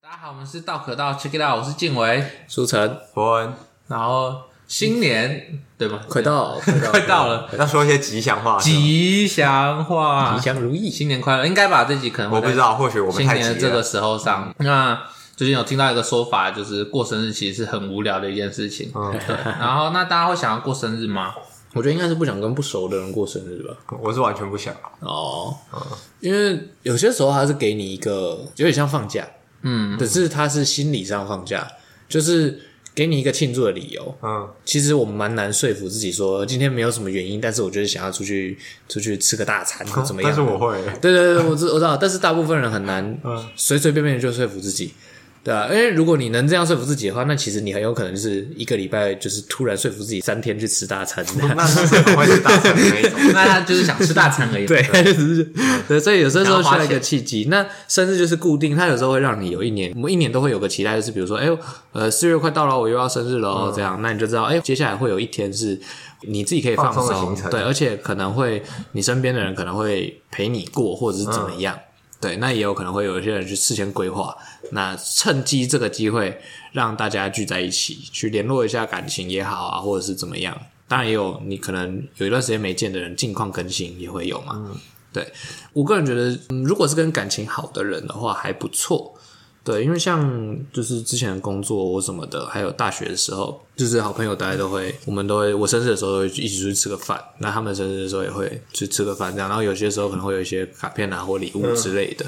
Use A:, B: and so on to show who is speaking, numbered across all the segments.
A: 家好，我们是道可道 Check It Out，我是静伟。
B: 舒晨，
C: 伯恩，
A: 然后新年对吗？
B: 快到， 快
A: 快到了，
C: 要说一些吉祥话。
A: 吉祥话，
B: 吉祥如意。
A: 新年快乐！应该把这集可能会
C: 我不知道，或许我
A: 在
C: 们
A: 新
C: 太
A: 年的
C: 急
A: 这个
C: 了。
A: 时候上。那最近有听到一个说法，就是过生日其实是很无聊的一件事情。
C: 嗯，
A: 对，然后那大家会想要过生日吗？
B: 我觉得应该是不想跟不熟的人过生日吧。
C: 我是完全不想。啊
B: 哦，因为有些时候他是给你一个有点像放假，
A: 嗯，
B: 可是他是心理上放假，就是给你一个庆祝的理由。
C: 嗯，
B: 其实我们蛮难说服自己说今天没有什么原因，但是我就是想要出去出去吃个大餐或怎么样。
C: 嗯但是我会，
B: 对对对，我知我知道，但是大部分人很难
C: 嗯
B: 随随便便就说服自己，对啊，因为如果你能这样说服自己的话，那其实你很有可能就是一个礼拜就是突然说服自己三天去吃大餐这样，
A: 嗯
C: 那是很会是大神的那一种。
A: 那他就是想吃大餐 而已。
B: 对， 就是对，所以有些时候需
A: 然后花
B: 要一
A: 钱
B: 个契机。那生日就是固定，它有时候会让你有一年，我们一年都会有个期待，就是比如说，哎呦，呃，四月快到了，我又要生日了
A: 嗯
B: 哦，这样，那你就知道，哎，接下来会有一天是你自己可以放
C: 放松的
B: 松
C: 行，程
B: 对，而且可能会你身边的人可能会陪你过，或者是怎么
C: 嗯
B: 样。对，那也有可能会有一些人去事先规划，那趁机这个机会让大家聚在一起，去联络一下感情也好啊，或者是怎么样。当然也有你可能有一段时间没见的人，近况更新也会有嘛。
C: 嗯
B: 对我个人觉得、嗯，如果是跟感情好的人的话，还不错。对，因为像就是之前的工作我什么的，还有大学的时候，就是好朋友大家都会，我们都会，我生日的时候都会一起出去吃个饭，那他们生日的时候也会去吃个饭这样，然后有些时候可能会有一些卡片啊或礼物之类的，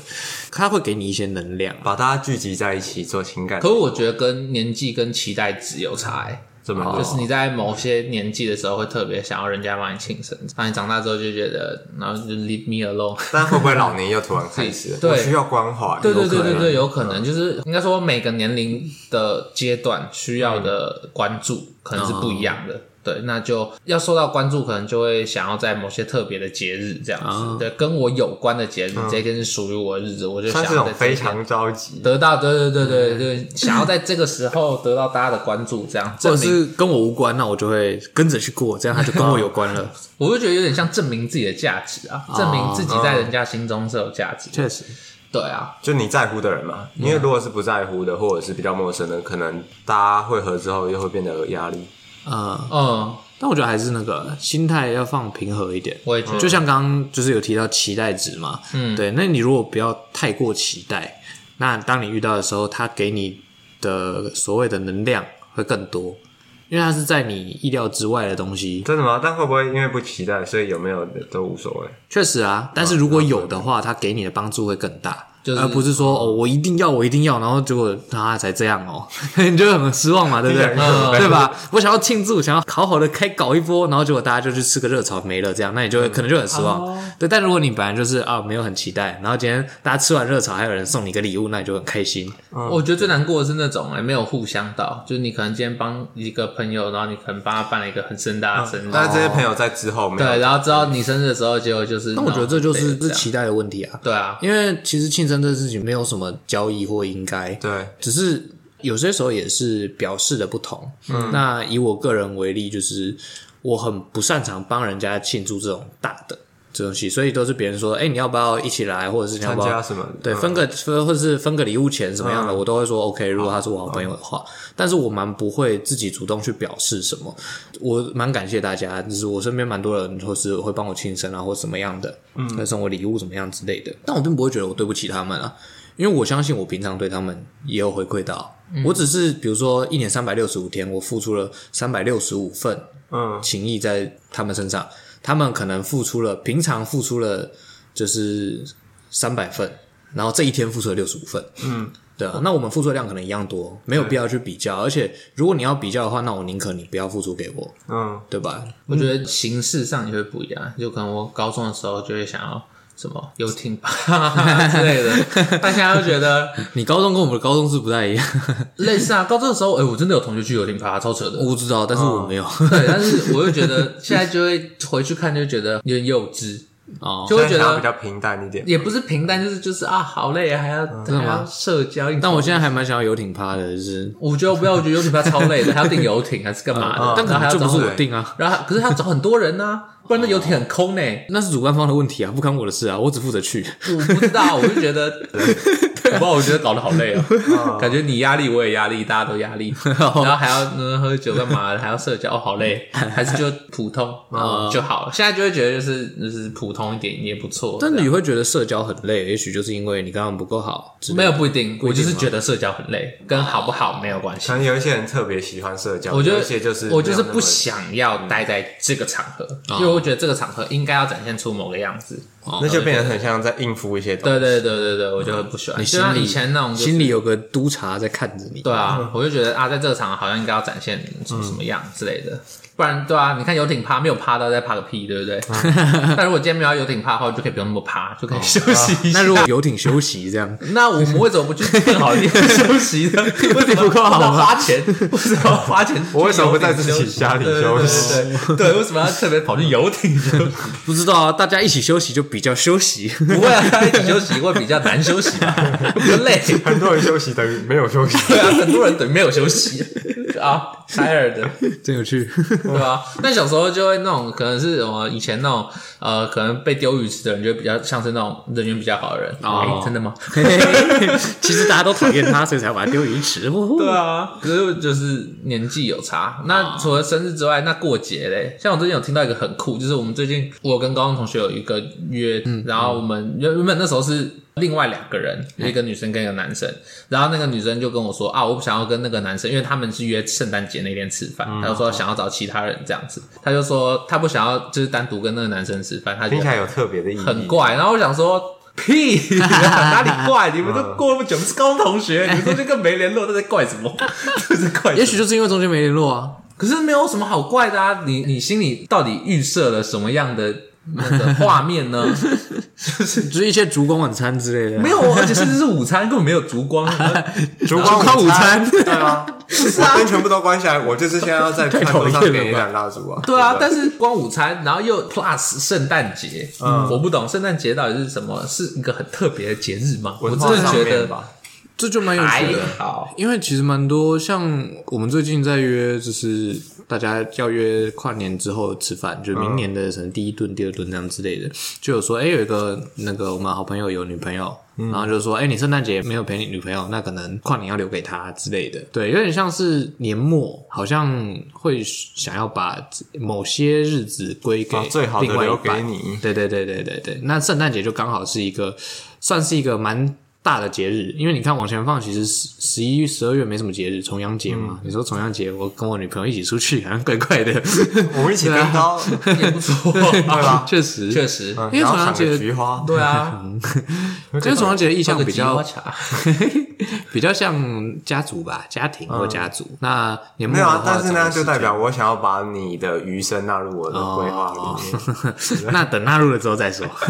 B: 他会给你一些能量吧。
C: 把大家聚集在一起做情 感
A: 可，是我觉得跟年纪跟期待值有差、欸。
C: 怎么
A: 就
C: 说
A: 是你在某些年纪的时候会特别想要人家帮你庆生，当你长大之后就觉得，然后就 leave me alone。
C: 但会不会老年又突然开始？
A: 对
C: 我需要关怀。
A: 对对对
C: 有可能
A: 对对，有可能嗯就是应该说每个年龄的阶段需要的关注可能是不一样的。对，那就要受到关注，可能就会想要在某些特别的节日这样子，
B: 哦
A: 对，跟我有关的节日，这一天是属于我的日子，我就想
C: 算是
A: 要
C: 种
A: 在这一
C: 非
A: 天
C: 常着急。
A: 得到，对对对对对，想要在这个时候得到大家的关注，这样
B: 或
A: 证
B: 者
A: 明，
B: 是跟我无关，那我就会跟着去过，这样他就跟我有关了。
A: 我就觉得有点像证明自己的价值啊，证明自己在人家心中是有价值的。
B: 确实，
A: 对啊，
C: 就你在乎的人嘛，
A: 嗯
C: 因为如果是不在乎的，或者是比较陌生的，可能大家会合之后又会变得有压力。
B: 嗯，
A: 嗯，
B: 但我觉得还是那个心态要放平和一点。
A: 我也觉得
B: 嗯就像刚刚就是有提到期待值嘛，嗯，对，那你如果不要太过期待，那当你遇到的时候，它给你的所谓的能量会更多，因为它是在你意料之外的东西。
C: 真的吗？但会不会因为不期待，所以有没有都无所谓？
B: 确实啊，但是如果有的话，它给你的帮助会更大。
A: 就是
B: 而不是说哦，我一定要，我一定要，然后结果他才这样哦， 你就会很失望嘛，对不对？
C: 嗯
B: 对吧？我想要庆祝，想要好好的开搞一波，然后结果大家就去吃个热炒没了，这样，那你就会可能就很失望。对，但如果你本来就是啊没有很期待，然后今天大家吃完热炒，还有人送你个礼物，那你就很开心。
A: 我觉得最难过的是那种哎、没有互相到，就是你可能今天帮一个朋友，然后你可能帮他办了一个很盛大
B: 嗯
A: 的生哦日，
C: 但是这些朋友在之后没有
A: 对，然后知道你生日的哦时候，结果就是，
B: 那我觉得这就是
A: 这
B: 是
A: 样
B: 期待的问题啊，
A: 对啊，
B: 因为其实庆生这事情没有什么交易或应该，
C: 对，
B: 只是有些时候也是表示的不同。
C: 嗯
B: 那以我个人为例，就是我很不擅长帮人家庆祝这种大的这东西，所以都是别人说：“哎、你要不要一起来？”或者是你要
C: 参
B: 不要
C: 加什么？
B: 对，分个分或者是分个礼物钱什么样的，我都会说 OK。如果他是我好朋友的话，但是我蛮不会自己主动去表示什么。我蛮感谢大家，就是我身边蛮多人或是会帮我庆生啊，或什么样的，嗯，送我礼物怎么样之类的。但我并不会觉得我对不起他们啊，因为我相信我平常对他们也有回馈到。我只是比如说一年三百六十五天，我付出了三百六十五份
C: 嗯，
B: 情谊在他们身上，他们可能付出了平常付出了就是三百份，然后这一天付出了六十五份，嗯，对啊，那我们付出的量可能一样多，没有必要去比较，而且如果你要比较的话，那我宁可你不要付出给我，
C: 嗯，
B: 对吧？
A: 我觉得形式上也会不一样，就可能我高中的时候就会想要什么游艇吧 之类的，但现在就觉得
B: 你高中跟我们的高中是不太一样，
A: 类似啊，高中的时候，哎、我真的有同学去游艇趴，超扯的。
B: 我不知道，但是我没有
A: 对，但是我又觉得现在就会回去看，就觉得有点幼稚，
B: 哦。
A: 就会觉
C: 现在想要比
A: 得
C: 较嗯平淡一点。
A: 也不是平淡，就是就是啊，好累啊，还要还
B: 的吗
A: 要社交。
B: 但我现在还蛮想要游艇趴的，就是，
A: 我觉得不要，我觉得游艇趴超累的，还要订游艇还是干嘛
C: 嗯
A: 的？
B: 但可
A: 然后还
B: 能
A: 要
B: 就不
A: 找
B: 是
A: 很，
B: 我定啊，
A: 然后可是他找很多人呢、不然那游艇很空呢、
B: 那是主办方的问题啊，不关我的事啊，我只负责去。
A: 我不知道，我就觉得哇，我觉得搞得好累哦， 感觉你压力，我也压力，大家都压力，然后还要嗯喝酒干嘛的，还要社交，哦，好累，还是就普通嗯就好了。现在就会觉得就是就是普通一点也不错，
B: 但
A: 这
B: 你
A: 样
B: 会觉得社交很累，也许就是因为你刚刚不够好之类
A: 没
B: 的。
A: 有不一定，我就是觉得社交很累，跟好不好没有关系
C: 可。能有一些人特别喜欢社交，
A: 我觉
C: 嗯有
A: 得
C: 一些就是
A: 我就是不
C: 喜。
A: 想要待在这个场合，因为我觉得这个场合应该要展现出某个样子。
C: 那就变得很像在应付一些东
A: 对
C: 西。
A: 对对对对，我就会不喜欢。
B: 你
A: 就
B: 心
A: 像
B: 里
A: 以前那种就是
B: 心里有个督察在看着你。
A: 对
C: 嗯
A: 啊，我就觉得啊，在这个场合好像应该要展现什么什么样之类的，不然对啊，你看游艇趴没有趴到再趴个屁，对不对？
C: 嗯
A: 但如果今天没有要游艇趴的话，就可以不用那么
C: 哦
A: 趴，就可以休息一下。
B: 那如果游艇休息这样，
A: 那我们为什么不去更好的地方休息呢？为什么不要花 钱？为什么要花钱？
C: 我为什么不在自己家里休息？
A: 对？对对对对，为什么要特别跑去游艇休 息？
B: 不知道啊，大家一起休息就比较休息。
A: 不会啊，大家一起休息会比较难休息吧，比较 累。
C: 很多人休息等于没有 休息。
A: 对啊，很多人等于没有休息 啊，tired。
B: 真有趣。
A: 对啊，但小时候就会那种，可能是什么以前那种呃，可能被丢鱼吃的人，就会比较像是那种人缘比较好的人。
B: 哦
A: 诶真的吗？
B: 其实大家都讨厌他，所以才把他丢鱼池。呜呼
A: 对啊，可是就是年纪有差。那除了生日之外，那过节嘞，像我最近有听到一个很酷，就是我们最近我有跟高中同学有一个约，然后我们原原本那时候是另外两个人，一个女生跟一个男生，然后那个女生就跟我说啊，我不想要跟那个男生，因为他们是约圣诞节那天吃饭，她就说想要找其他人这样子，她就说她不想要就是单独跟那个男生吃饭，她觉
C: 听起
A: 得
C: 来有特别的意义，
A: 很怪，然后我想说。屁，哪里 怪？你们都过那么久，我们是高中同学，你们中间更没联络，那在怪什么？ 这是怪什么？
B: 也许就是因为中间没联络啊。
A: 可是没有什么好怪的啊！你你心里到底预设了什么样的那个画面呢？
B: 就是一些烛光晚餐之类的。
A: 没有，哦而且甚至是午餐根本没有烛光，啊
C: 烛
B: 烛光
C: 午
B: 午餐，
C: 对啊，我灯全部都关起来，我就是现在 要在饭桌上点一盏蜡烛啊。
A: 对啊，但
C: 是
A: 是光午餐，然后又 plus 圣诞节，
C: 嗯
A: 我不懂圣诞节到底是什么，是一个很特别的节日吗？我
C: 文
A: 真
C: 化
A: 的
C: 上
A: 觉
C: 面
A: 得
C: 吧，
B: 这就蛮有
A: 还
B: 趣的。
A: 好，
B: 因为其实蛮多，像我们最近在约，就是大家要约跨年之后吃饭，就
C: 嗯
B: 明年的可能第一顿、第二顿这样之类的，就有说，哎、有一个那个我们好朋友有女朋友，
C: 嗯
B: 然后就说，哎、你圣诞节没有陪你女朋友，那可能跨年要留给她之类的，对，有点像是年末，好像会想要把某些日子归给
C: 把最好的
B: 另外一
C: 留给
B: 半
C: 你
B: 对对对对对对，那圣诞节就刚好是一个算是一个蛮大的节日，因为你看往前放，其实十十一、十二月没什么节日，重阳节
A: 嗯
B: 嘛。你说重阳节，我跟我女朋友一起出去，好像怪 怪的，
C: 我们一起跟刀，
A: 也不错，
C: 吧
B: 确实，
A: 啊确实，
C: 嗯
B: 因为
C: 然后
B: 重阳
C: 赏
B: 节
C: 个菊花，
A: 对啊，
B: 因为重阳节的意
A: 像
B: 向比较
A: 茶，
B: 比较像家族吧，家庭
A: 嗯
B: 或家族。那年末
C: 没有
B: 的
C: 啊
B: 话，，
C: 但是
B: 找
C: 呢，
B: 个
C: 就
B: 时
C: 代
B: 间
C: 表我想要把你的余生纳入我的规划里面，
A: 哦
B: 那等纳入了之后再说。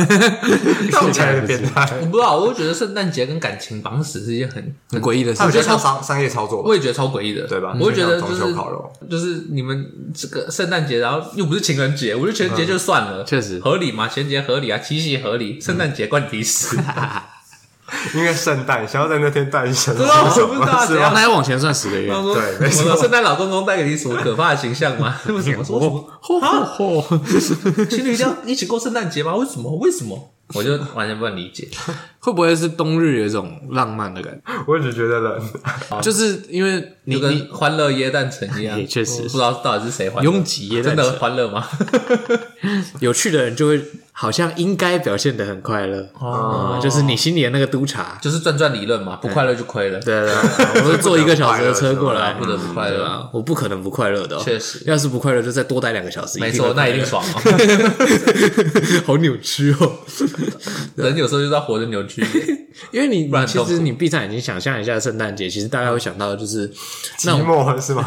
C: 听起来有 点变态。
A: 我不知道，我就觉得圣诞节跟感情绑死是一件很
B: 很诡异的事
C: 他们
B: 情
C: 就，像商商业操作吧
A: 我，也觉得超诡异的，
C: 对吧
A: 我就觉得就
C: 就像
A: 是
C: 中秋烤肉
A: 就是你们这个圣诞节，然后又不是情人节，我觉得情人节就算了，
B: 确实
A: 合理嘛，情人节合理啊，七夕合理，圣诞节关你屁事，
C: 因为圣诞想要在那天诞生，
A: 对啊，我不知道啊怎样。
B: 那要往前算十个月
A: 他。说
C: 对没
A: 我
C: 错
A: 的圣诞老公公带给你什么可怕的形象吗？为 什么
B: 哦
A: 说什么
B: 嚯嚯嚯！
A: 情侣一定要一起过圣诞节吗？为什么？为什么？我就完全不能理解。
B: 会不会是冬日有一种浪漫的感觉？
C: 我只觉得冷，
B: 就是因为你
A: 哦就
B: 你
A: 跟欢乐耶诞城一样，
B: 也确实
A: 不知道到底是谁欢乐
B: 拥挤耶诞
A: 真
B: 城
A: 的欢乐吗？
B: 有趣的人就会好像应该表现得很快乐哦、嗯就是你心里的那个督察。
A: 就是转转理论嘛，不快乐就亏了，啊
B: 对对对， 我是坐一个小时的车过来，
A: 不得不快
B: 对
A: 乐。
B: 吧？我不可能不快乐的、哦，
A: 确实
B: 要是不快乐，就再多待两个小时。
A: 没错，那一定爽 哦。
B: 定好扭曲哦。
A: 人有时候就是要活得扭曲一 点，
B: 因为你
A: 然
B: 你
A: 很
B: 其
A: 痛苦
B: 实你闭上眼睛想象一下圣诞节，其实大家会想到 就是 那
C: 寂
B: 种
C: 寞是吗？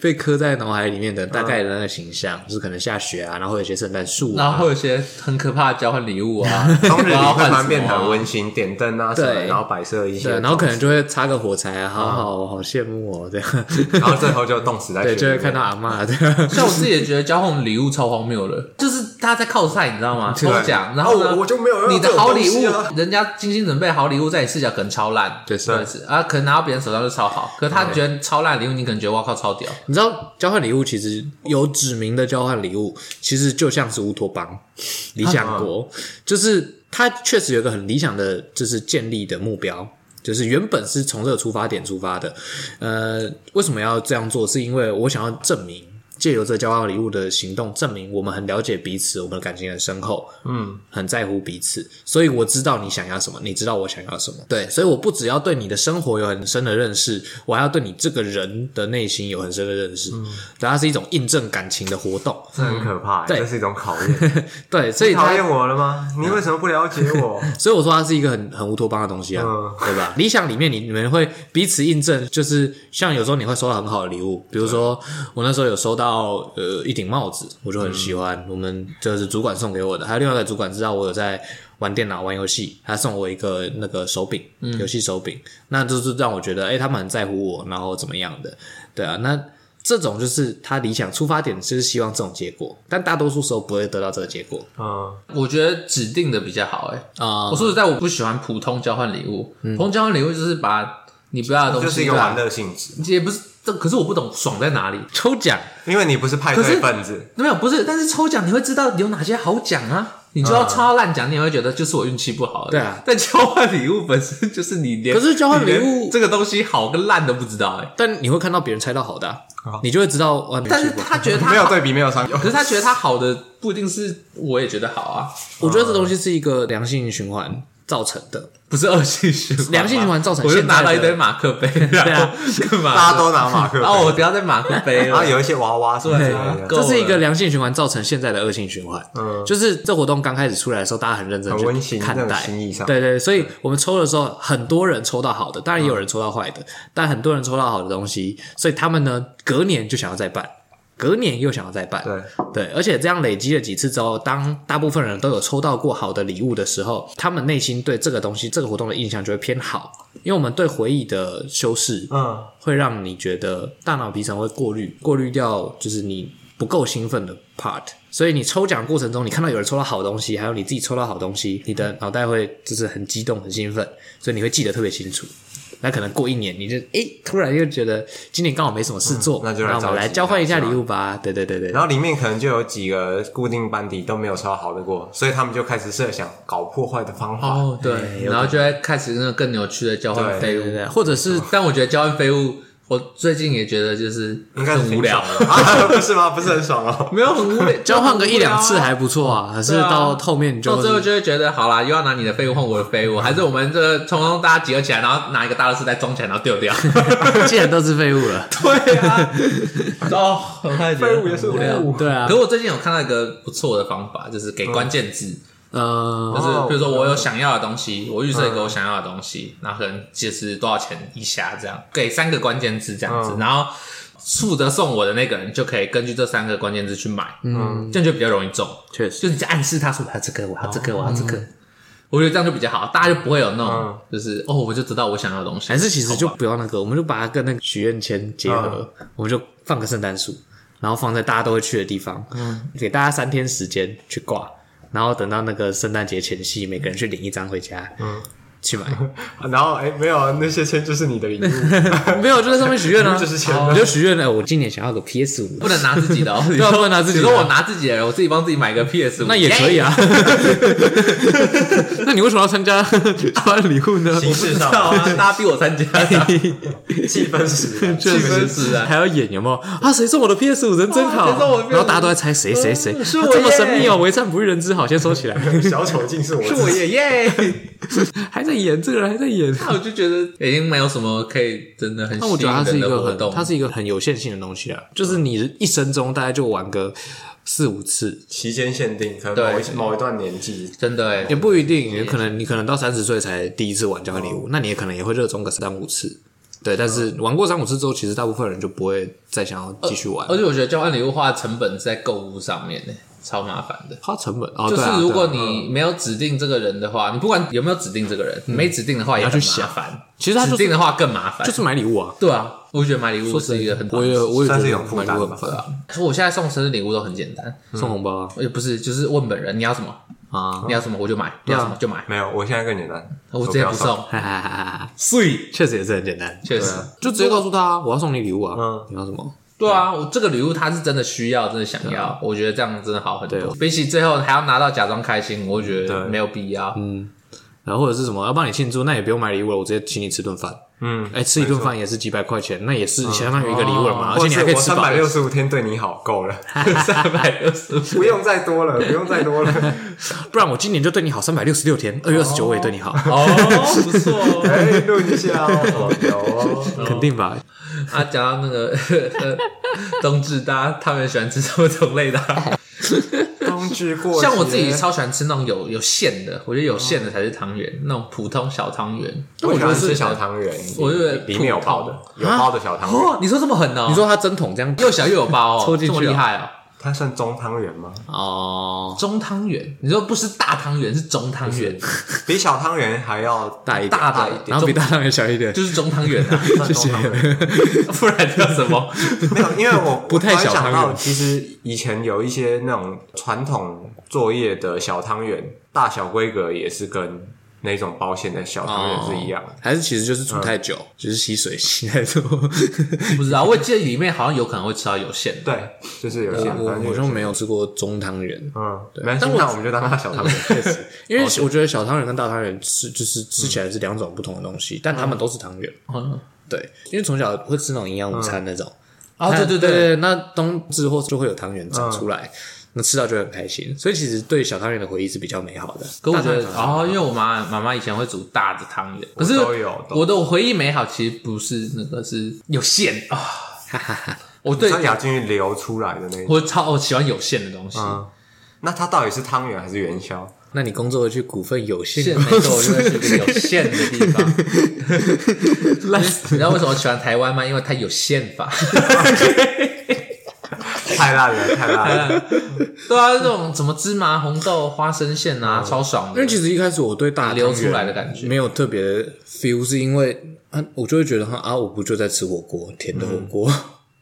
B: 被刻在脑海里面的大概的那个形象，就是可能下雪啊，然后有一些圣诞树
A: 然后
B: 啊，
A: 会有一些很可怕的交换礼物啊，
C: 冬日
A: 然
C: 里
A: 后
C: 会
A: 换什
C: 蛮
A: 么
C: 变得很温馨，点灯啊什么的，
B: 对
C: 然后摆设一些，
B: 对，然后可能就会插个火柴啊，好好，我好羡慕哦，这样，
C: 然后最后就冻 死在
B: 对，
C: 雪里
B: 就会
C: 面
B: 看到阿嬷这样。
A: 像我自己也觉得交换礼物超荒谬的，就是大家在靠赛，你知道吗？抽
C: 对
A: 奖，然后呢
C: 哦我就没有要
A: 你的
C: 这种
A: 好
C: 东
A: 礼
C: 西
A: 物
C: 啊，
A: 人家精心准备好礼物，在你视角可能超烂，
B: 对是
A: 是啊，可能拿到别人手上就超好，可是他觉得超烂的礼物，你可能觉得哇靠超屌，
B: 你知道交换礼物其实有指明的交换礼物，其实就像是乌托邦、理想国，就是它确实有一个很理想的，就是建立的目标，就是原本是从这个出发点出发的。呃，为什么要这样做？是因为我想要证明。借由这交换礼物的行动，证明我们很了解彼此，我们的感情很深厚，嗯，很在乎彼此，所以我知道你想要什么，你知道我想要什么，对，所以我不只要对你的生活有很深的认识，我还要对你这个人的内心有很深的认识，对，它是一种印证感情的活动，
C: 这很可怕欸，
B: 对
C: 这是一种考 验。
B: 对，所以
C: 你讨
B: 它
C: 厌我了吗？你为什么不了解 我？
B: 所以我说它是一个很很乌托邦的东西啊，
C: 嗯
B: 对吧？理想里面你你们会彼此印证，就是像有时候你会收到很好的礼物，比如说我那时候有收到呃一顶帽子，我就很喜欢，我们就是主管送给我的，还有另外一个主管知道我有在。玩电脑、玩游戏，他送我一个那个手柄，游戏手柄，那就是让我觉得，哎、他们很在乎我，然后怎么样的，对啊，那这种就是他理想出发点，就是希望这种结果，但大多数时候不会得到这个结果
C: 嗯，
A: 我觉得指定的比较好哎、
B: 啊、
A: 我说实在，我不喜欢普通交换礼物，普通交换礼物就是把你不要的东西，
C: 嗯就是一个
A: 对吧
C: 玩乐性质，
A: 也不是，这可是我不懂爽在哪里。
B: 抽奖
C: 因为你不是派
A: 可是
C: 对分子，
A: 没有，不是，但是抽奖你会知道有哪些好奖啊。你就要抽到烂奖，你也会觉得就是我运气不好。
B: 对啊
A: 但交换礼物本身就是你连，
B: 可是交换礼物
A: 你连这个东西好跟烂都不知道哎、
B: 但你会看到别人猜到好的啊、你就会知道哇。
A: 但是
B: 你去过
A: 他觉得他
C: 没有对比，没有伤
A: 可是他觉得他好的不一定是我也觉得好啊，
B: 我觉得这东西是一个良性循环造成的，
A: 不是恶性循环吗，
B: 良性循环造成
A: 我就
B: 现在
A: 拿
B: 的啊
A: 到一堆马克 杯，然后干嘛？
C: 大家都拿马克 杯，
A: 然哦后我不要再马克杯
C: 然后
B: 哎
A: 了。
C: 有一些娃娃什么之类
A: 对
C: 的
A: 够，
B: 这
A: 了
B: 是一个良性循环造成现在的恶性循环。
C: 嗯
B: 就是这活动刚开始出来的时候，大家很认真
C: 很
B: 去
C: 温馨
B: 看
C: 那种
B: 待，
C: 心意上
B: 对对，所以我们抽的时候，很多人抽到好的，当然也有人抽到坏
C: 嗯
B: 的，但很多人抽到好的东西，所以他们呢，隔年就想要再办。隔年又想要再办，
C: 对
B: 对，而且这样累积了几次之后，当大部分人都有抽到过好的礼物的时候，他们内心对这个东西、这个活动的印象就会偏好，因为我们对回忆的修饰，
C: 嗯，
B: 会让你觉得大脑皮层会过滤过滤掉，就是你不够兴奋的 part。所以你抽奖过程中，你看到有人抽到好东西，还有你自己抽到好东西，你的脑袋会就是很激动、很兴奋，所以你会记得特别清楚。那可能过一年，你就诶、突然又觉得今年刚好没什么事做，
C: 嗯那就来
B: 我们
C: 找
B: 来
C: 几
B: 交换一下
C: 个
B: 礼物吧。对对对对，
C: 然后里面可能就有几个固定班底都没有抽到好的过，所以他们就开始设想搞破坏的方法。
A: 哦，
B: 哎
A: 对，
B: 有
A: 然后就会开始那个更扭曲的交换
C: 对
A: 废
B: 对
A: 物，
B: 对，或者是
A: 但我觉得交换废物，我最近也觉得就是
C: 应该是
A: 很
C: 挺
A: 无聊，
C: 爽的 啊，不是吗？不是很爽哦。
A: 没有很无聊，
B: 交换个一两次
A: 还。
B: 还不错啊，可是
A: 对啊
B: 到后面你就
A: 到最后就会觉得，好啦，又要拿你的废物换我的废物，还是我们这通通大家集合起来，然后拿一个大乐事袋装起来，然后丢 掉。
B: 既然都是废物了，
A: 对啊，哦，很快
C: 废物也是
A: 无聊。
C: 物，
B: 对啊
A: 可，我最近有看到一个不错的方法，就是给关键字，
B: 呃
A: 就，是
C: 嗯哦嗯
A: 比如说我有想要的东西，我预设一个我想要的东西，然后可能就是多少钱以下这样，给三个关键字这样子，
C: 嗯
A: 然后负责送我的那个人就可以根据这三个关键字去买，
B: 嗯，
A: 这样就比较容易中。
B: 确实
A: 就你在暗示他说我要这个，我要这个，我要这个。我觉得这样就比较好，大家就不会有那种
C: 嗯
A: 就是哦，我就得到我想要的东西。哦
B: 还是其实就不要那个，我们就把它跟那个许愿签结合，我们就放个圣诞树，然后放在大家都会去的地方，嗯，给大家三天时间去挂，然后等到那个圣诞节前夕，每个人去领一张回家，嗯，去买，
C: 然后哎，没有啊，那些签就是你的礼物，
B: 没有就在上面许愿啊，
C: 这是钱啊
B: 你就许愿了，我今年想要个 PS 五，
A: 不能拿自己的哦， 你
B: 对啊不能拿自己的
A: 你说我拿自己的，我自己帮自己买个 PS 五，
B: 那也可以
A: 耶。
B: 啊， 那你为什么要参加交换礼物呢？
C: 形式
A: 知道
C: 上
A: 啊，大家逼我参加，
C: 气氛使
A: 气氛使然。
B: 还要演有没有啊？谁送我的 PS 五人真好，
A: 啊谁送我的 PS5
B: 然后大家都在猜谁谁谁，
A: 嗯是我
B: 啊这么
A: 耶
B: 神秘哦，为善不欲人知，好，先收起来。
C: 然，小丑竟是我
A: 是我
C: 自己。
A: 也耶，
B: 还在演，这个人还在演。
A: 那我就觉得已经没有什么可以真的很
B: 那
A: 吸
B: 我
A: 引
B: 觉得它是
A: 人
B: 一
A: 的
B: 个
A: 活
B: 很，
A: 动。
B: 它是一个很有限性的东西啊，就是你一生中大概就玩个四五次，
C: 期间限定，可
A: 对
C: 能某一某一段年纪，
A: 真的哎
B: 也，不一定，有可能你可能到三十岁才第一次玩交换礼
C: 哦
B: 物，那你也可能也会热衷个三五次。对，但
C: 嗯
B: 是玩过三五次之后，其实大部分人就不会再想要继续玩，
C: 呃
A: 而且我觉得交换礼物花的成本是在购物上面呢，超麻烦的。
B: 花成本哦，
A: 就
B: 对啊
A: 是如果
B: 对啊嗯
A: 你没有指定这个人的话，你不管有没有指定这个人，没指定的话也
B: 要
A: 很
B: 去
A: 麻
B: 想
A: 烦。
B: 其实它就是
A: 指定的话更麻烦。
B: 就是买礼物啊，
A: 对啊，我觉得买礼物是一个很
B: 我也我也觉
C: 嗯算是
B: 得
C: 有负
B: 买
C: 担
B: 礼物很
C: 吧嗯
B: 烦，
A: 我现在送生日礼物都很简单，
B: 送红包啊，
A: 也不是就是问本人你要什么，
B: 啊，
A: 你要什么我就买，你要什么就买。
C: 没有，我现在更简单，
A: 哦我直接
C: 不要
A: 不 送，
B: 哈哈哈哈哈，
A: 碎，
B: 确实也是很简单，
A: 确实，
B: 就直接告诉他啊我要送你礼物啊，
C: 嗯
B: 你要什么？
A: 对啊，我这个礼物他是真的需要，真的想要，我觉得这样真的好很多。比起最后还要拿到假装开心，我觉得
C: 对
A: 没有必要。
B: 然后或者是什么要帮你庆祝，那也不用买礼物了，我直接请你吃顿饭。
C: 嗯，
B: 哎，吃一顿饭也是几百块钱，那也是相当于一个礼物了嘛，而
C: 哦或
B: 且
C: 者
B: 你还可
C: 是
B: 以
C: 我
B: 吃
C: 三
B: 饱
C: 百。六十五天对你好够了，
A: 三百六十五，
C: 不用再多了，不用 再多了。
B: 不然我今年就对你好三百六十六天，二月二十九我也对你好，
A: 哦，不错哦。
C: 哎，论一下哦，有哦，
B: 肯定吧？
A: 啊，讲到那个 冬至，大家他们喜欢吃什么种类的啊、
C: 冬至过节，
A: 像我自己超喜欢吃那种有有馅的，我觉得有馅的才是汤圆，那种普通小汤圆。但
C: 我
A: 哦我
C: 喜
A: 觉得
C: 欢
A: 是
C: 吃小汤圆，
A: 我觉得
C: 里面有包的，有包的小汤圆，
A: 哦，你说这么狠哦？
B: 你说它针筒这样
A: 又小又有包 哦，
B: 抽进去
A: 这
B: 哦
A: 么厉害哦？
C: 它算中汤圆吗？
B: 哦，
A: 中汤圆，你说不是大汤圆，是中汤圆，
C: 比小汤圆还要
B: 大一点，
A: 大的
B: 然后比大汤圆小一点，
A: 就是中汤圆啊，
C: 算中汤圆。
A: 不然叫什 么？
C: 没有，因为我
B: 不太
C: 我突然
B: 小汤
C: 想
B: 圆
C: 到，其实以前有一些那种传统作业的小汤圆，大小规格也是跟那种包馅的小汤圆是一样的。
B: 还是其实就是煮太久，就是吸水吸太 多。
A: 不知道，我记得里面好像有可能会吃到有馅的。
C: 对，就是有些
B: 呃我
C: 反正
B: 我好
C: 就
B: 像没有吃过中汤圆，
C: 嗯，没关系
B: 但，我
C: 那我们就当它小汤圆。
B: 因为我觉得小汤圆跟大汤圆吃就是吃起来是两种不同的东西，但它们都是汤圆。
A: 嗯
B: 对，因为从小会吃那种营养午餐那种。
A: 哦，对对
B: 对嗯
A: 对，
B: 对，那冬至后就会有汤圆长出来，那吃到就很开心。所以其实对小汤圆的回忆是比较美好的。
A: 可我觉得
B: 大，汤圆
A: 哦，因为我妈妈妈以前会煮大的汤圆，可
C: 我
A: 是
C: 都有都有
A: 我的回忆美好其实不是那个，是有 馅啊。我对
C: 像雅君玉流出来的那种，
A: 我超我喜欢有馅的东西，
C: 嗯，那它到底是汤圆还是元宵？
B: 那你工作会去股份有限
A: 馅
B: 公
A: 没错，我
B: 司
A: 觉得是一个有馅的地 方。你知道为什么我喜欢台湾吗？因为它有宪法。
C: 太烂了，太烂了。
A: 对啊，这种什么芝麻红豆花生馅啊，超爽
B: 因
A: 的
B: 为。其实一开始我对大
A: 流出来的感觉
B: 没有特别的 feel，是因为啊，我就会觉得哈啊，我不就在吃火锅，甜的火锅，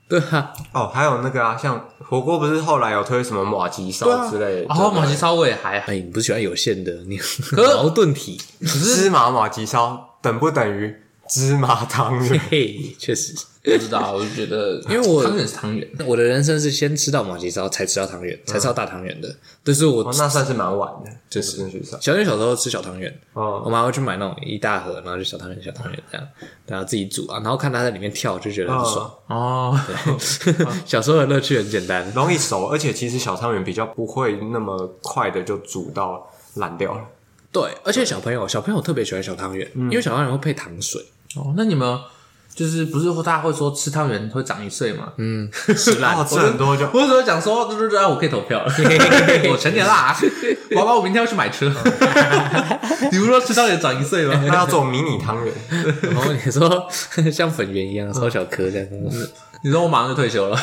B: 对啊，
C: 哦，还有那个啊，像火锅不是后来有推什么马吉烧之类的，
A: 然后哦马吉烧我也还好，
B: 哎，你不喜欢有馅的，你
A: 是
B: 矛盾体，
C: 芝麻马吉烧等不等于芝麻 汤哦圆？
B: 嘿，确实，
A: 不知道，我就觉得，因
B: 为我
A: 汤圆是汤圆，
B: 我的人生是先吃到马吉烧，才吃到汤圆，才吃到大汤圆的，这是我
C: 哦，那算是蛮晚的，就是进去上。
B: 小学小时候吃小汤圆，
C: 哦
B: 我妈会去买那种一大盒，然后就小汤圆、小汤圆这样，然后自己煮啊，然后看它在里面跳，就觉得很爽。
A: 哦，
B: 小时候的乐趣很简单，
C: 容易熟，而且其实小汤圆比较不会那么快的就煮到烂掉了。
B: 对，而且小朋友小朋友特别喜欢小汤圆，
A: 嗯
B: 因为小汤圆会配糖水，
A: 哦，那你们就是不是大家会说吃汤圆会长一岁吗？嗯，
B: 吃
C: 然
B: 烂
C: 后吃很多就
A: 我有时候讲说，对对对，啊我可以投票 了，我成年啦，宝宝，我明天要去买车。你不是说吃汤圆长一岁吗？
C: 那要做迷你汤圆，
B: 然后你说像粉圆一样超小颗这样，
A: 嗯你说我马上就退休了，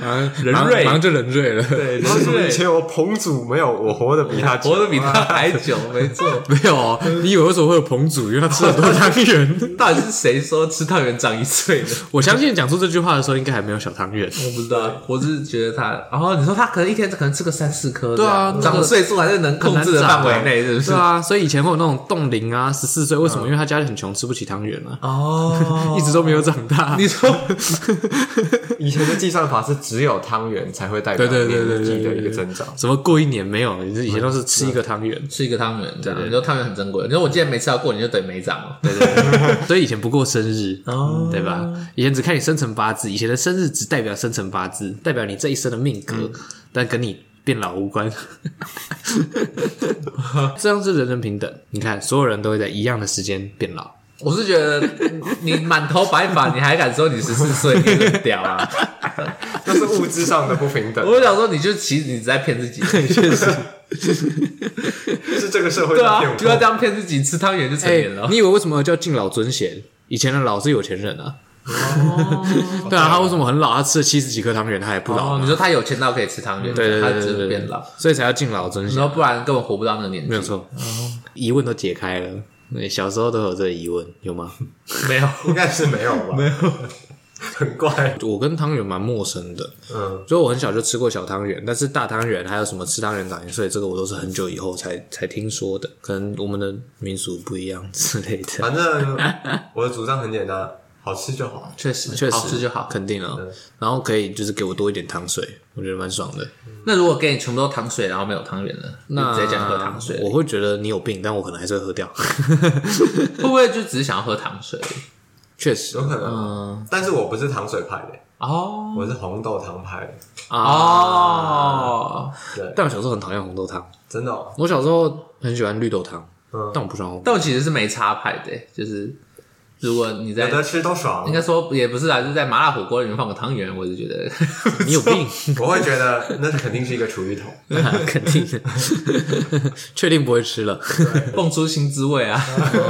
B: 马上
A: 人
B: 马上
A: 瑞
B: 马上就人瑞了。
A: 对，
C: 为什么以
A: 对，
C: 前我彭祖没有，我活得比他久 啊
A: 活得比他还久，没错。
B: 没有哦，
A: 嗯
B: 你以为为什么会有彭祖？因为他吃很多汤 圆。
A: 到底是谁说吃汤圆长一岁的？
B: 我相信讲出这句话的时候，应该还没有小汤 圆。
A: 我不知道，我只是觉得他，然、后你说他可能一天可能吃个三四颗这样，
B: 对啊
A: 长的岁数还是能控制哎的范围内，是不是嗯
B: 对？啊，所以以前会有那种冻龄啊，十四岁，为什么？因为他家里很穷，吃不起汤圆啊，
A: 哦，
B: 一直都没有长大。
A: 你说
C: 以前的计算法是只有汤圆才会代表
B: 对对对
C: 年
B: 对
C: 纪
B: 对
C: 的
B: 对
C: 一个增长。
B: 什么过一年没有？你以前都是吃一个汤圆，
A: 吃一个汤圆这样，你说汤圆很珍贵，你说我今天没吃到过，你就等于没长哦了。
B: 对对 对，所以以前不过生日，
A: 哦
B: 对吧？以前只看你生辰八字，以前的生日只代表生辰八字，代表你这一生的命格，
A: 嗯
B: 但跟你变老无关。 这样是人人平等，你看，所有人都会在一样的时间变老。
A: 我是觉得你你满头白发，你还敢说你十四岁，你很屌 啊！
C: 那是物质上的不平等，
A: 我想说，你就其实你只在骗 自己，
B: 确实，
C: 是这个社会
A: 对
C: 在
A: 啊
C: 变，
A: 就要
C: 我。
A: 这样骗自己，吃汤圆就成
B: 哎
A: 年 了。，
B: 你以为为什么叫敬老尊贤？以前的老是有钱人啊。 对啊，他为什么很老？他吃了七十几颗汤圆，他也不
A: 哦，
B: 老吗。
A: 你说他有钱到可以吃汤圆，
B: 对对对
A: 他
B: 对
A: 只
B: 对
A: 是
B: 对，
A: 变老，，
B: 所以才要敬老尊贤。
A: 然后不然根本活不到那个年纪。
B: 没有 错，
A: 哦
B: 疑问都解开了。对小时候都有这个疑问，有吗？
A: 没有，
C: 应该是没有吧？没有，很怪。
B: 我跟汤圆蛮陌生的，
C: 嗯，
B: 所以我很小就吃过小汤圆，但是大汤圆还有什么吃汤圆长一岁，这个我都是很久以后才才听说的，可能我们的民俗不一样之类的。
C: 反正我的主张很简单，好吃就好。
A: 确实
B: 确实
A: 好吃就好。嗯
B: 肯定啊。然后可以就是给我多一点糖水，我觉得蛮爽的。
A: 那如果给你全部都糖水，然后没有汤圆了，
B: 那
A: 就直接讲喝糖水，
B: 我会觉得你有病，但我可能还是会 喝掉。
A: 会不会就只是想要喝糖水？
B: 确实
A: 嗯
C: 有，可能，
B: 嗯
C: 但是我不是糖水派的，
A: 哦
C: 我是红豆汤派的。
A: 哦，
C: 对，
B: 但我小时候很讨厌红豆汤，
C: 真的、哦，
B: 我小时候很喜欢绿豆汤，
C: 嗯
B: 但我不喜欢红豆。
A: 但我其实是没差派的，欸就是如果你
C: 有
A: 在。
C: 的吃都爽
A: 应。该说也不是啊，就是在麻辣火锅里面放个汤圆，我就觉得
B: 你有病，
C: 我会觉得那肯定是一个厨余 桶。
B: 肯定的， 确定不会吃了。
A: 蹦出新滋味啊！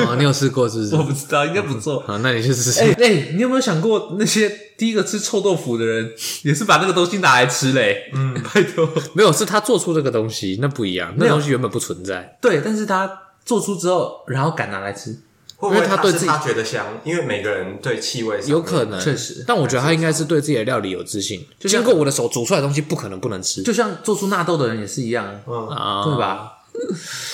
B: 哦，你有试过是不是
A: 我？不知道，应该不错。
B: 啊，那你去试试。
A: 哎、哎、你有没有想过那些第一个吃臭豆腐的人，也是把那个东西拿来吃嘞？嗯，拜托。
B: 没有，是他做出这个东西，那不一样，那东西原本不存在。
A: 对，但是他做出之后，然后敢拿来吃，
C: 会不
B: 因
C: 会
B: 为他对
C: 是
B: 自己
C: 他觉得香？因为每个人对气味上
B: 有
C: 面
B: 可能，
A: 嗯确实
B: 但我觉得他应该是对自己的料理有自信。
A: 就像
B: 经过我的手煮出来的东西，不可能不能吃
A: 就像做出纳豆的人也是一样啊，
B: 啊，
A: 对？吧？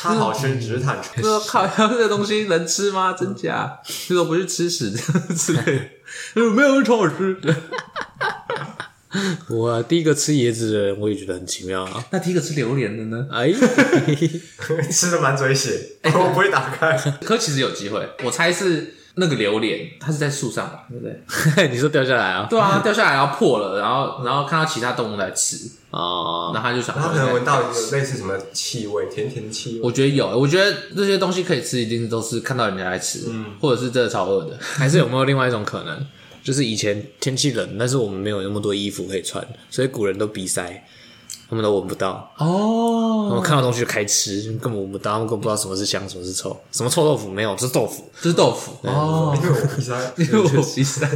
C: 它嗯好吃，只是坦诚。
A: 说靠，这个东西能吃吗？真假？这个不是吃屎 之类的。有没有人传我吃？
B: 我第一个吃椰子的人，我也觉得很奇妙啊。
A: 那第一个吃榴莲的呢？
B: 哎，
C: 吃的满嘴血，我不会打 开。
A: 可其实有机会，我猜是那个榴莲，它是在树上吧，对不对？
B: 你说掉下来啊？
A: 对啊，掉下来然后破了，然后然后看到其他动物来吃，
B: 哦，
A: 然后他就想
C: 然
A: 说
C: 后可能闻到有类似什么气味，甜甜气味。
A: 我觉得有，我觉得这些东西可以吃，一定都是看到人家来吃，
C: 嗯
A: 或者是真的超饿的。
B: 还是有没有另外一种可能？就是以前天气冷，但是我们没有那么多衣服可以穿，所以古人都鼻塞，他们都闻不到，他
A: 哦，
B: 们看到东西就开吃，根本闻不到，他们根本不知道什么是香，什么是臭，什么臭豆腐没有，这是豆腐。
A: 这是豆腐哦，
C: 因为我 鼻塞，
A: 因为我比赛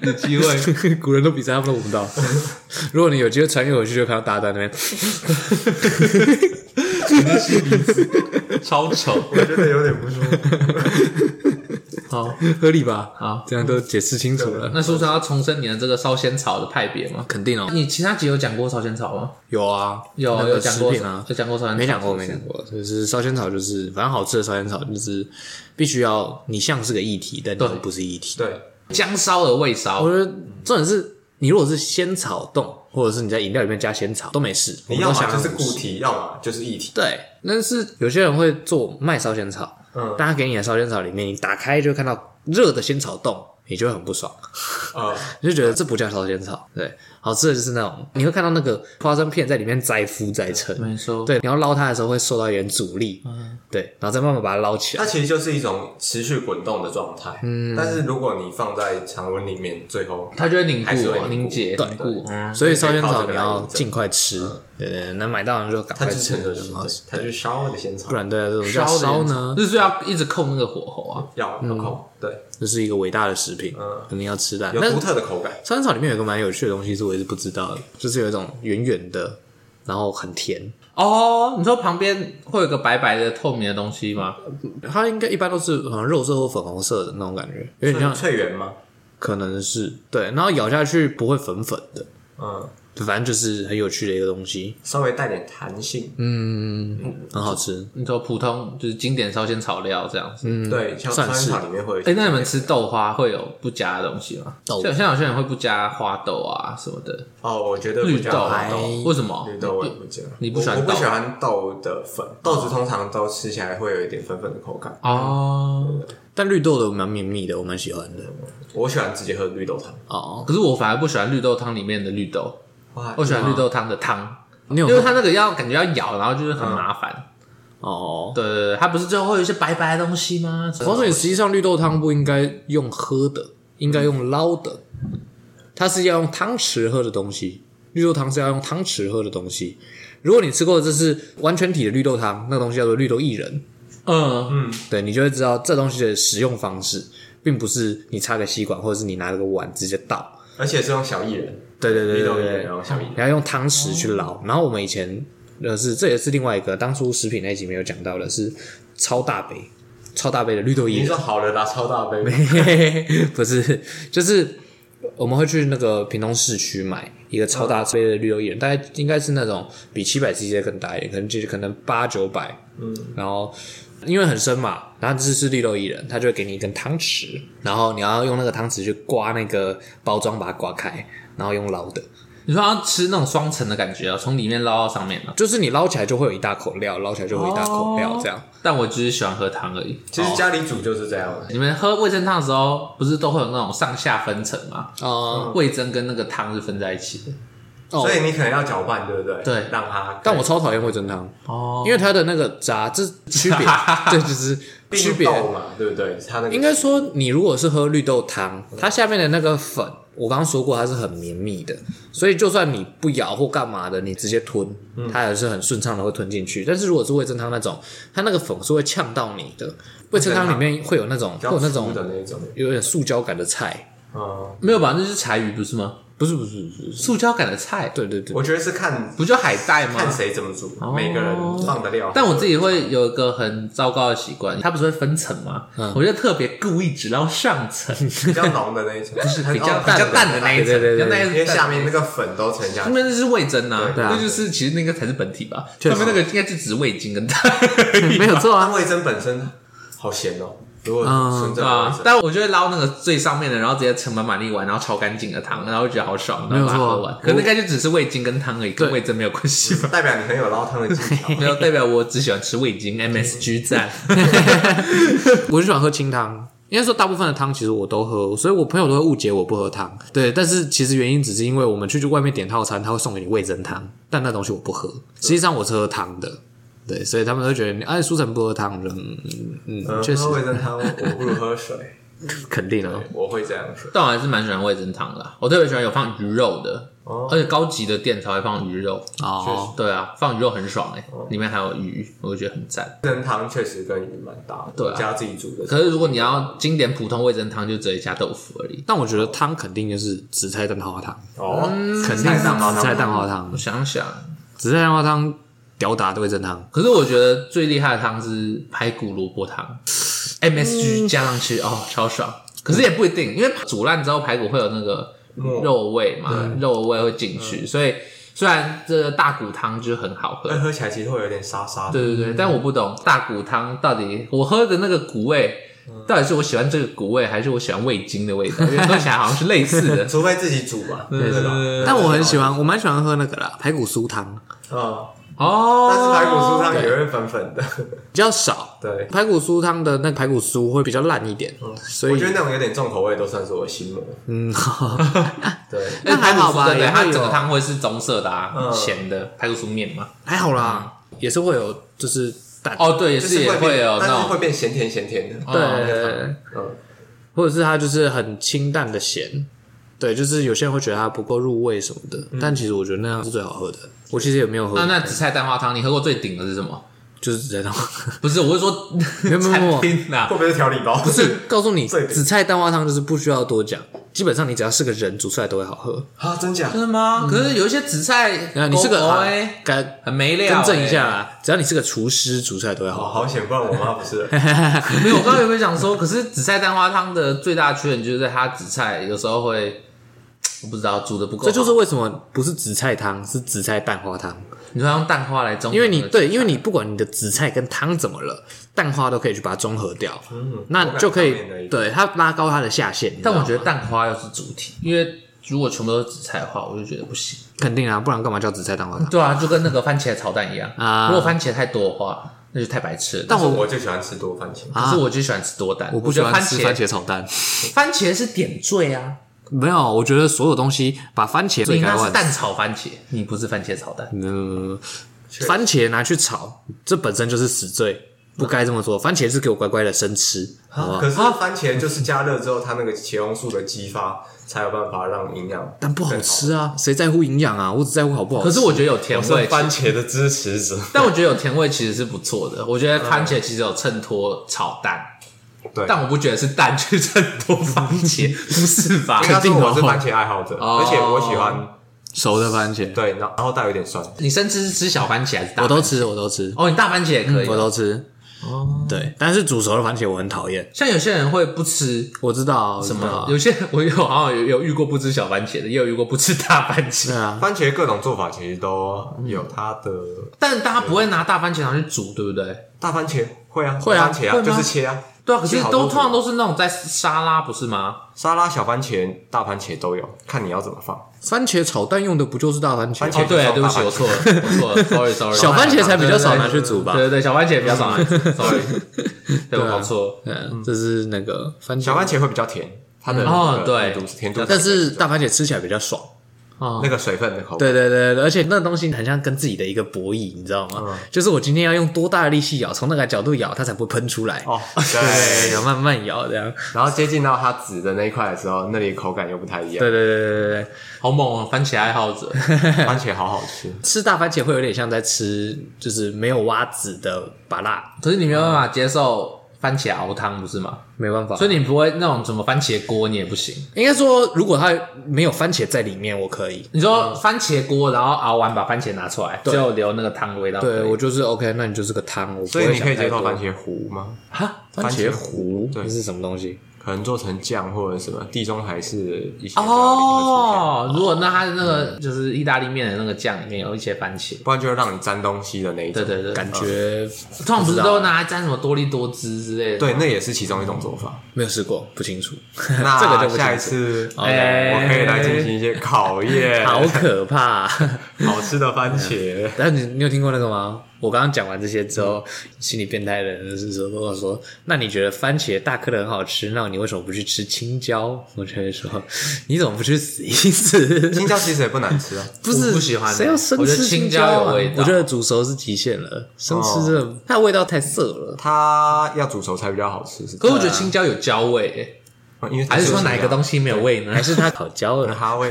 A: 有机会，
B: 古人都比赛，他们都闻不 到。如果你有机会穿越回去，就看到大家在那边。
A: 超丑。
C: 我觉得有点不舒服。
A: 好，
B: 合理吧？
A: 好
B: 这样都解释清楚了。
A: 那书上要重申你的这个烧仙草的派别吗？
B: 肯定哦，
A: 你其他集有讲过烧仙草吗？
B: 有啊，
A: 有
B: 那个
A: 有讲过
B: 食品啊，
A: 有讲过烧仙草，
B: 没讲过，
A: 是不
B: 没
A: 是
B: 讲过。就是烧仙草，就是反正好吃的烧仙草，就是必须要你像是个液体，但你
A: 对
B: 又不是液体。
C: 对，
A: 姜烧而未烧
B: 我，觉得重点是你如果是仙草冻，或者是你在饮料里面加仙草都没事，
C: 你
B: 我
C: 要
B: 们都
C: 么
B: 想
C: 就
B: 象
C: 是固体，要么就是液体。
B: 对，但是有些人会做卖烧仙草，
C: 嗯
B: 但他给你的烧仙草里面，你打开就会看到热的仙草冻，你就会很不爽，
C: 呃，
B: 你就觉得这不叫烧仙草。对，好吃的就是那种你会看到那个花生片在里面载浮载沉，
C: 嗯
A: 没错，
B: 对，你要捞它的时候会受到一点阻力，对，然后再慢慢把它捞起
C: 它
B: 来。
C: 其实就是一种持续滚动的状态。嗯，但是如果你放在常温里面，最后
A: 它就会凝
C: 还是
A: 固
C: 会
A: 啊、
C: 凝固
A: 凝结、
B: 对
A: 凝固。嗯
B: 所以烧仙
C: 可以靠
B: 草
C: 这个
B: 你
C: 来
B: 要
C: 验证
B: 尽快吃，对对，对能买到人就赶
C: 它
B: 快
C: 就是
B: 吃，
C: 成熟的
B: 很好吃。
C: 它就是烧的仙草
B: 不，然对啊，这种叫
A: 的
B: 烧
A: 仙草
B: 呢，
A: 就是要一直控那个火候啊。
C: 要要口，对，
B: 这是一个伟大的食品，肯定要吃的。
C: 嗯有
B: 但
C: 独特的口感。
B: 烧仙草里面有一个蛮有趣的东西，是我一直不知道的，就是有一种圆圆的，然后很甜。
A: 哦，你说旁边会有个白白的透明的东西吗？
B: 它应该一般都是好像肉色或粉红色的那种感觉，有点像，
C: 翠圆吗？
B: 可能是对。然后咬下去不会粉粉的，
C: 嗯，
B: 反正就是很有趣的一个东西，
C: 稍微带点弹性。
B: 很好吃。
A: 你说普通就是经典烧仙草料这样子。嗯，
C: 嗯，对，像
B: 算
C: 酸
B: 是
C: 草里面会有一
A: 哎、
C: 些。
A: 那你们吃豆花会有不加的东西吗？
B: 豆
A: 像像有些人会不加花豆啊什么的，
C: 哦，我觉得
A: 绿
C: 不加
A: 豆啊
C: 花豆。
A: 为什么？
C: 绿豆我也不加，
A: 你不喜欢
C: 我我不
A: 豆
C: 喜欢豆的粉，豆子通常都吃起来会有一点粉粉的口感。
A: 哦，
B: 但绿豆的蛮绵密的，我蛮喜欢的。
C: 我喜欢直接喝绿豆汤。
B: 哦，
A: 可是我反而不喜欢绿豆汤里面的绿豆，
C: 哇，
A: 我喜欢绿豆汤的汤，
B: 你有
A: 因为它那个要感觉要咬，然后就是很麻烦。
B: 哦。
A: 对对对，它不是最后会有一些白白的东西吗？
B: 黄水实际上绿豆汤不应该用喝的，应该用捞的。它是要用汤匙喝的东西，绿豆汤是要用汤匙喝的东西。如果你吃过的这是完全体的绿豆汤，那个东西叫做绿豆薏仁，
A: 嗯，
B: 对你就会知道这东西的使用方式，并不是你插个吸管或者是你拿了个碗直接倒。
C: 而且是用小薏仁，
B: 对对对
C: 绿
B: 对
C: 豆薏
B: 对哦
C: 仁，
B: 对
C: 然后小薏仁。
B: 你要用汤匙去捞。然后我们以前呃是这也是另外一个当初食品那一集没有讲到的是超大杯，超大杯的绿豆薏
C: 你
B: 仁
C: 说。好了啦，超大杯，
B: 不是，就是我们会去那个屏东市区买一个超
C: 嗯
B: 大杯的绿豆薏仁，大概应该是那种比七百 cc 更大一点，可能就是可能八九百，嗯，然后。因为很深嘛，然后这是绿豆薏仁，它就会给你一根汤匙，然后你要用那个汤匙去刮那个包装，把它刮开，然后用捞的，
A: 你说要吃那种双层的感觉啊，从里面捞到上面啊。
B: 就是你捞起来就会有一大口料，捞起来就会有一大口
C: 哦
B: 料，这样。
A: 但我只是喜欢喝汤而已。
C: 其实家里煮就是这样的，
A: 你们喝味噌汤的时候，不是都会有那种上下分层吗？
C: 嗯
B: 哦、
A: 味噌跟那个汤是分在一起的。
B: 哦
C: 所以你可能要搅拌，对不对？
A: 对
C: 让它。
B: 但我超讨厌味噌汤，
A: 哦，
B: 因为它的那个渣，这区 别，对，就是区
C: 并
B: 别。
C: 豆嘛，对不对？它那个
B: 应该说，你如果是喝绿豆汤，它下面的那个粉，我刚刚说过它是很绵密的，所以就算你不咬或干嘛的，你直接吞，它也是很顺畅的会吞进去。但是如果是味噌汤那种，它那个粉是会呛到你的。味噌汤里面会有那种，
C: 比
B: 会
C: 较
B: 有那
C: 粗
B: 种
C: 的那一种，
B: 有点塑胶感的菜，
C: 嗯，
A: 没有吧？那是柴鱼不是吗？
B: 不是不是不是，
A: 塑胶感的菜，
B: 对对对，
C: 我觉得是看
B: 嗯
A: 不就海带吗？
C: 看谁怎么煮，每个人
B: 哦
C: 放的料。
A: 但我自己会有一个很糟糕的习惯，它不是会分层吗？我就特别故意只捞上层，
C: 比较浓的那一种，就是
A: 比较
C: 比较
A: 淡的那一层，
B: 对对
A: 比
B: 对对
A: 较淡的那
C: 因
A: 一
C: 为
A: 层
C: 下面那个粉都沉下
A: 因
C: 去。
A: 为那是味噌呐，
C: 对
B: 啊
A: 那就是其实那个才是本体吧，
B: 确
A: 上
B: 实
A: 面那个应该就只是味精跟蛋，
B: 没有错
C: 但
B: 啊，
C: 味噌本身好咸哦，如果
B: 嗯
C: 纯
A: 对
C: 正的味
A: 啊
C: 噌，，
A: 但我就会捞那个最上面的，然后直接盛满满一碗，然后超干净的汤，然后就觉得好爽，然后把它
B: 没有错
A: 喝完。可那应该就只是味精跟汤而已，跟味噌没有关 系吧？
C: 代表你很有捞汤的技巧。
A: 没有代表我只喜欢吃味精，MSG 赞。
B: 我很喜欢喝清汤。应该说，大部分的汤其实我都喝，所以我朋友都会误解我不喝汤。对，但是其实原因只是因为我们去去外面点套餐，他会送给你味噌汤，但那东西我不喝。实际上我是喝汤的，对，所以他们都会觉得你哎，苏晨不喝汤，我就嗯嗯嗯，
C: 嗯
B: 确实
C: 喝味噌汤，我不如喝水，
B: 肯定啊。
C: 我会这样说。
A: 但我还是蛮喜欢味噌汤的啊，我特别喜欢有放鱼肉的，
C: 哦
A: 而且高级的店才会放鱼肉。
B: 哦，
A: 对啊，放鱼肉很爽哎、里面还有鱼，我觉得很赞。
C: 味噌汤确实跟鱼蛮搭的，
A: 对啊
C: 我家自己煮的。
A: 可是如果你要经典普通味噌汤，就直接加豆腐而已。
B: 但我觉得汤肯定就是紫菜蛋花汤，
C: 哦，
A: 嗯
B: 肯定
C: 菜
B: 是
C: 蛋花汤嗯
B: 紫菜蛋花汤
A: 我，想想，
B: 紫菜蛋花汤屌打的味噌汤，
A: 可是我觉得最厉害的汤是排骨萝卜汤，MSG 加上去、哦，超爽。可是也不一定，因为煮烂之后排骨会有那个
C: 沫
A: 肉味嘛，肉味会进去，所以虽然这个大骨汤就很好喝，
C: 但哎喝起来其实会有点沙沙的。。
A: 对对对，但我不懂大骨汤到底我喝的那个骨味，到底是我喜欢这个骨味，还是我喜欢味精的味道？因为喝起来好像是类似的
C: 除非自己煮嘛，
A: 对
C: 对吧？
A: 对
B: 但我很喜欢，我蛮喜欢喝那个啦，排骨酥汤
C: 嗯，
A: 哦，
C: 但是排骨酥汤也会粉粉的，
B: 比较少，
C: 对。
B: 排骨酥汤的那排骨酥会比较烂一点，
A: 嗯
B: 所
C: 我
B: 以
C: 觉得那种有点重口味都算是我心魔。
B: 嗯，
C: 对，
A: 但
B: 还好吧
A: 对，
B: 也会
A: 它
B: 有
A: 整个汤会是棕色的啊，
C: 嗯
A: 咸的排骨酥面嘛。
B: 还好啦，也是会有就是蛋
A: 嗯哦，对，也
C: 就是
A: 也
C: 变
A: 会有
C: 但
A: 那
C: 是
A: 种
C: 会变咸甜咸甜的。
A: 哦
B: 对，
C: 嗯，
B: 或者是它就是很清淡的咸，对，就是有些人会觉得它不够入味什么的，但其实我觉得那样是最好喝的。我其实也没有
A: 嗯
B: 喝，
A: 啊那那紫菜蛋花汤，你喝过最顶的是什么？
B: 就是哦紫菜 蛋花，
A: 不是，我是说
B: 有没 有
A: 餐厅啊
C: 会，不会是调理包？不
B: 不是告诉你，
C: 最顶
B: 紫菜蛋花汤就是不需要多讲，基本上你只要是个人煮出来都会好喝。
C: 啊，真假？
A: 是吗？可是有一些紫菜，
B: 那你是个
A: 狗狗
B: 嗯啊
A: 欸，
B: 该
A: 很没料欸，
B: 更正一下啦，只要你是个厨师煮出来都会
C: 哦，
B: 好喝。
C: 好险，不然我妈 不是。
A: 哎没有，我刚刚有没有想说？可是紫菜蛋花汤的最大缺点就是在它紫菜有时候会，我不知道煮的不够好，
B: 这就是为什么不是紫菜汤，是紫菜蛋花汤。
A: 你说用蛋花来中和，
B: 因为你对，因为你不管你的紫菜跟汤怎么了，蛋花都可以去把它中和掉，那就可
C: 口感上面的
B: 以
C: 一个
B: 对它拉高它的下限。
A: 但我
B: 得
A: 觉得蛋花又是主体，因为如果全部都是紫菜的话，我就觉得不行。
B: 肯定啊，不然干嘛叫紫菜蛋 花汤？
A: 对啊，就跟那个番茄炒蛋一样
B: 啊
A: 如果番茄太多的话，那就太白痴了。
B: 但我
C: 我就喜欢吃多番茄。
A: 可是我就喜欢吃多蛋，
B: 我不喜
A: 觉得
B: 欢
A: 番
B: 吃
A: 茄，
B: 番茄炒蛋，
A: 番茄是点缀啊，
B: 没有，我觉得所有东西把番茄
A: 你
B: 最该
A: 那是
B: 万
A: 蛋炒番茄，你不是番茄炒蛋。
B: 嗯， 番茄拿去炒，这本身就是死罪，不该这么做。番茄是给我乖乖的生吃，好不好
C: 啊
A: 啊
C: 可？是番茄就是加热之后，它那个茄红素的激发，才有办法让营养。
B: 但不好吃啊，谁在乎营养啊？我只在乎好不好吃。
A: 可是我觉得有甜味，
C: 茄的支持者。
A: 但我觉得有甜味其实是不错的。我觉得番茄其实有衬托炒蛋，
C: 对，
A: 但我不觉得是蛋去衬托番茄，不是吧？
C: 应该说我
B: 肯
C: 是
B: 定哦
C: 番茄爱好者，
A: 哦
C: 而且我喜欢
B: 熟的番茄，
C: 对，然后带有点酸。
A: 你生吃是吃小番茄还是大？
B: 我都。吃，我都吃，
A: 哦，你大番茄也可以
B: 我。都吃。对，但是煮熟的番茄我很讨厌，
A: 像有些人会不吃
B: 我知道
A: 什
B: 我知道
A: 么，有些我有好像有有遇过不吃小番茄的，也有遇过不吃大番茄
B: 对，啊，
C: 番茄各种做法其实都有它的。
A: 但大家不会拿大番茄拿去煮，对不对？
C: 大番茄会啊，
A: 会啊
C: 大番茄
A: 会吗
C: 啊，就是切啊。
A: 对啊，可是
C: 切好
A: 都
C: 多
A: 通常
C: 种
A: 都是那种在沙拉，不是吗？
C: 沙拉、小番茄、大番茄都有，看你要怎么放。
B: 番茄炒蛋用的不就是大番茄
C: 番
B: 吗？
C: 茄
A: 哦，对，
C: 就
A: 对不起，
C: 放
A: 我
C: 大
A: 错 了，我错了，sorry sorry。
B: 小番茄才比较少
A: 对
B: 拿去煮吧
A: 对对对，小番茄比较少拿去煮，sorry，对我
B: 啊
A: 搞错。
B: 嗯，这是那个番茄，
C: 小番茄会比较甜，它的
A: 哦
C: 那个
A: 对
C: 甜度是甜度比较高，
B: 但是大番茄吃起来比较爽。
A: 哦
C: 那个水分的口感。
B: 对对对，对而且那东西很像跟自己的一个博弈，你知道吗？就是我今天要用多大的力气咬，从那个角度咬，它才不会喷出来。
C: 哦，
B: 对，
C: 对。
B: 要慢慢咬这样。
C: 然后接近到它籽的那一块的时候，那里口感又不太一样。
B: 对对对对对对，
A: 好猛哦，番茄爱好者。
C: 番茄好好吃，
B: 吃大番茄会有点像在吃就是没有挖籽的芭辣，
A: 可是你没有办法接受番茄熬汤，不是吗？
B: 没办法。
A: 所以你不会那种什么番茄锅，你也不行。
B: 应该说，如果它没有番茄在里面，我可以。
A: 你说番茄锅，然后熬完把番茄拿出来，
B: 嗯对
A: 最后留那个汤的味道可以。
B: 对我就是 OK，那你就是个汤，我不
C: 所以
B: 会
C: 你可
B: 想
C: 以
B: 太
C: 接
B: 多
C: 受番茄糊吗？
A: 哈，
B: 番
C: 茄
B: 茄糊，
C: 对
B: 这是什么东西？
C: 可能做成酱或者什么地中海式的一
A: 哦
C: 些料理会出现
A: 哦，如果那它的那个就是意大利面的那个酱里面有一些番茄，
C: 不然就是让你沾东西的那一种。
A: 对对对，
B: 感觉
A: 通常不是
B: 不
A: 都
B: 知道
A: 拿来沾什么多利多汁之类的？，
C: 对，那也是其中一种 做法。
B: 没有试过，不清楚。
C: 那
B: 这个就不
C: 下一
B: 清楚。
C: 次，我
A: 哎
C: 可以来进行一些 考验，
B: 好可怕！
C: 好吃的番茄。
B: 但是你你有听过那个吗？我刚刚讲完这些之后，心理变态的人是说跟我说：“那你觉得番茄大颗的很好吃，那你为什么不去吃青椒？”我就会说：“你怎么不去死一次
C: 青椒其实也不难吃啊，？”
B: 不是
A: 我不喜欢欸
B: 谁要生
A: 我觉
B: 吃
A: 得青椒
B: 椒啊
A: 有味道
B: 我觉得煮熟是极限了，生吃这它的味道太涩了。
C: 它要煮熟才比较好吃，是
A: 可是我觉得青椒有椒味耶，
C: 嗯因为它
A: 还是说
C: 青椒
A: 哪一个东西没有味呢
B: 啊还？是它 烤 焦了？
C: 它会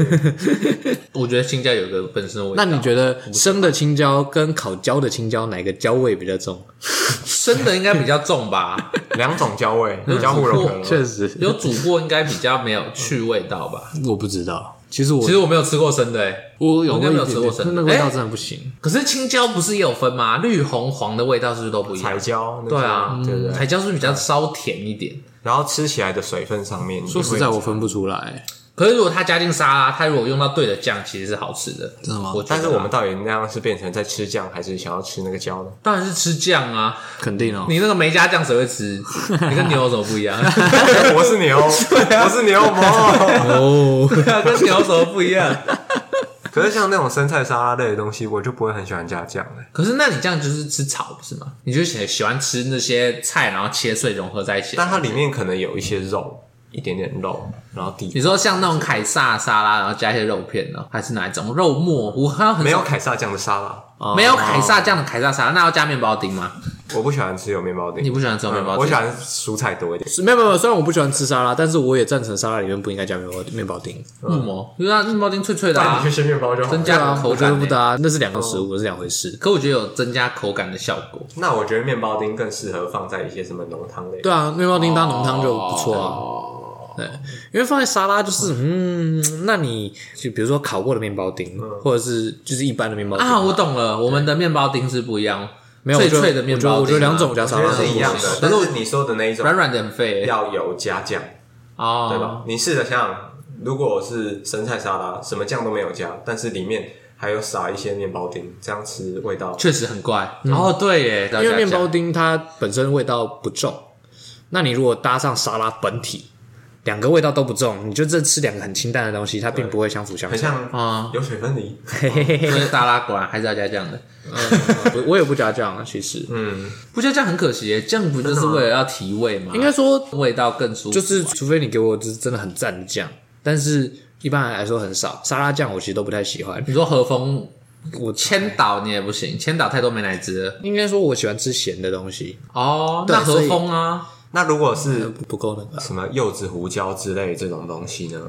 A: 我觉得青椒有个本身的味
B: 那
A: 道。
B: 你觉得生的青椒跟烤焦的青椒哪个椒味比较重？
A: 生的应该比较重吧？
C: 两种椒味，
A: 嗯
C: 椒糊融合了。
B: 实，
A: 有煮过应该比较没有去味道吧？
B: 我不知道。其实我
A: 其实我没有吃过生的耶，
B: 我有
A: 我应
B: 过
A: 该
B: 一
A: 没有
B: 点
A: 吃过
B: 点，
A: 生
B: 那
A: 的
B: 那个味道
A: 哎
B: 真的不行。
A: 可是青椒不是也有分吗？绿、红、黄的味道是不是都不一
C: 彩
A: 样？
C: 椒那些
A: 对啊
B: 嗯
C: 对不对？
A: 彩椒是不是比较稍甜一点。
C: 然后吃起来的水分上面，
B: 说实在，
C: 你
B: 我
C: 会
B: 分不出来。
A: 可是如果它加进沙拉，它如果用到对的酱，其实是好吃的。
B: 真的吗
A: 我觉得啊
C: 但是我们到底那样是变成在吃酱，还是想要吃那个椒呢？
A: 当然是吃酱啊，
B: 肯定哦，
A: 你那个没加酱谁会 吃？你跟牛有什么不一样？
C: 我是牛，
A: 啊
C: 我是牛魔。
B: 哦，
A: 对啊，跟牛有什么不一样？
C: 可是像那种生菜沙拉类的东西，我就不会很喜欢加酱的。
A: 可是那你这样就是吃草不是吗？你就喜喜欢吃那些菜，然后切碎融合在一起。
C: 但它里面可能有一些肉，一点点肉，然后
A: 你
C: 底
A: 说像那种凯撒沙拉，然后加一些肉片呢，还是哪一种肉末？我好像很
C: 没有
A: 少
C: 凯撒酱的沙拉，
A: 没有凯撒酱的凯撒沙拉，那要加面包丁吗？
C: 我不喜欢吃有面包
A: 你
C: 丁，
A: 不喜欢吃有面包
C: 嗯
A: 丁？
C: 我喜欢蔬菜多一点。
B: 没有没有没有，虽然我不喜欢吃沙拉，但是我也赞成沙拉里面不应该加面包面包丁。
A: 为什么？因为它面包丁脆脆的
C: 那
A: 啊
C: 你去，吃面包就好
A: 增。
B: 嗯对
A: 加
B: 啊，
A: 口
B: 我觉得
A: 感
B: 不
A: 欸。
B: 搭，那是两个食物，是两回事。
A: 可我觉得有增加口感的效果。
C: 那我觉得面包丁更适合放在一些什么浓汤类。
B: 对啊，面包丁当浓汤就不
A: 哦
B: 错啊。对，因为放在沙拉就是，嗯，那你就比如说烤过的面包丁，或者是就是一般的面包丁
A: 啊，我，懂了，我们的面包丁是不一样，
B: 没有
A: 脆
B: 我觉得
A: 脆的面包丁啊
B: 我觉得我觉得两种加沙
C: 我觉
B: 拉
C: 得是一样的，但是你说的那一种
A: 软软的很废欸
C: 要有加酱，
A: 哦，
C: 对吧？？你试着想想，如果是生菜沙拉，什么酱都没有加，但是里面还有撒一些面包丁，这样吃味道
A: 确实很怪。哦，对耶，
B: 嗯因为面包
A: 大家
B: 丁它本身味道不重，那你如果搭上沙拉本体，两个味道都不重，你就这吃两个很清淡的东西，它并不会相辅相
C: 很
B: 成。
C: 像
A: 讲啊，
C: 有水分离。
B: 嘿嘿嘿
A: 因
B: 嘿
A: 为沙拉果然还是要加酱的，
B: 我我也不加酱啊，其实、
C: 嗯，
A: 不加酱很可惜耶。酱不就是为了要提味吗？
B: 应该说
A: 味道更舒服，
B: 就是，除非你给我就是真的很赞的酱，但是一般来说很少。沙拉酱我其实都不太喜欢，
A: 你说和风
B: 我
A: 千岛你也不行，千岛太多美乃滋了
B: 应该说我喜欢吃咸的东西，
A: 哦。
B: 对
A: 那和
B: 所以
A: 风啊，
C: 那如果是
B: 不够那个啊
C: 什么柚子胡椒之类这种东西呢，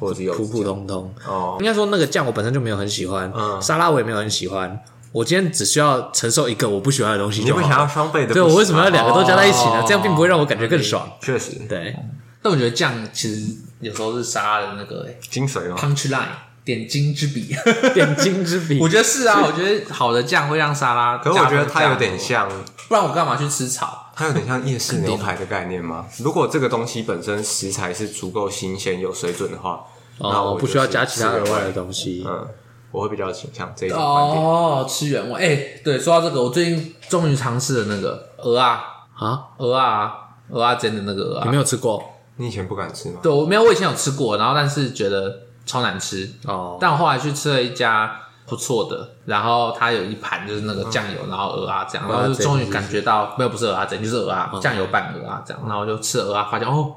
C: 或者是柚
B: 普
C: 子
B: 普通通。
C: 哦，
B: 应该说那个酱我本身就没有很喜欢，
C: 嗯
B: 沙拉我也没有很喜欢。我今天只需要承受一个我不喜欢的东西
C: 你
B: 就好
C: 不
B: 了。
C: 想要双倍的？
B: 对我为什么要？两个都加在一起呢
A: 哦？
B: 这样并不会让我感觉更爽。
C: 确实，
B: 对，
A: 但我觉得酱其实有时候是沙拉的那个耶
C: 精髓嘛。啊
A: punch line，点睛之笔。
B: 点睛之笔
A: 我，觉得是啊，我觉得好的酱会让沙拉。
C: 可是我觉得它有点，像，
A: 哦不然我干嘛去吃草？
C: 它有点像夜市牛排的概念吗？如果这个东西本身食材是足够新鲜、有水准的话， 那
B: 哦，
C: 我
B: 不需要
C: 就是
B: 加其他
C: 吃
B: 额
C: 个
B: 外的东西。
C: 嗯，我会比较倾向这一种观点。
A: 哦，吃原味。哎、对，说到这个，我最近终于尝试了那个鹅啊，
B: 啊，
A: 鹅啊，鹅啊煎的那个鹅
B: 你
A: 啊
B: 没。有吃过
C: 你以前不敢吃吗？
A: 对，我没有，我以前有吃过，然后但是觉得超难吃。
B: 哦？
A: 但我后来去吃了一家不错的，然后它有一盘就是那个酱油，然后鹅啊这样，然后就终于感觉到没有不是鹅啊整，就是鹅啊酱油拌鹅啊这样，然后就吃鹅啊，发现哦，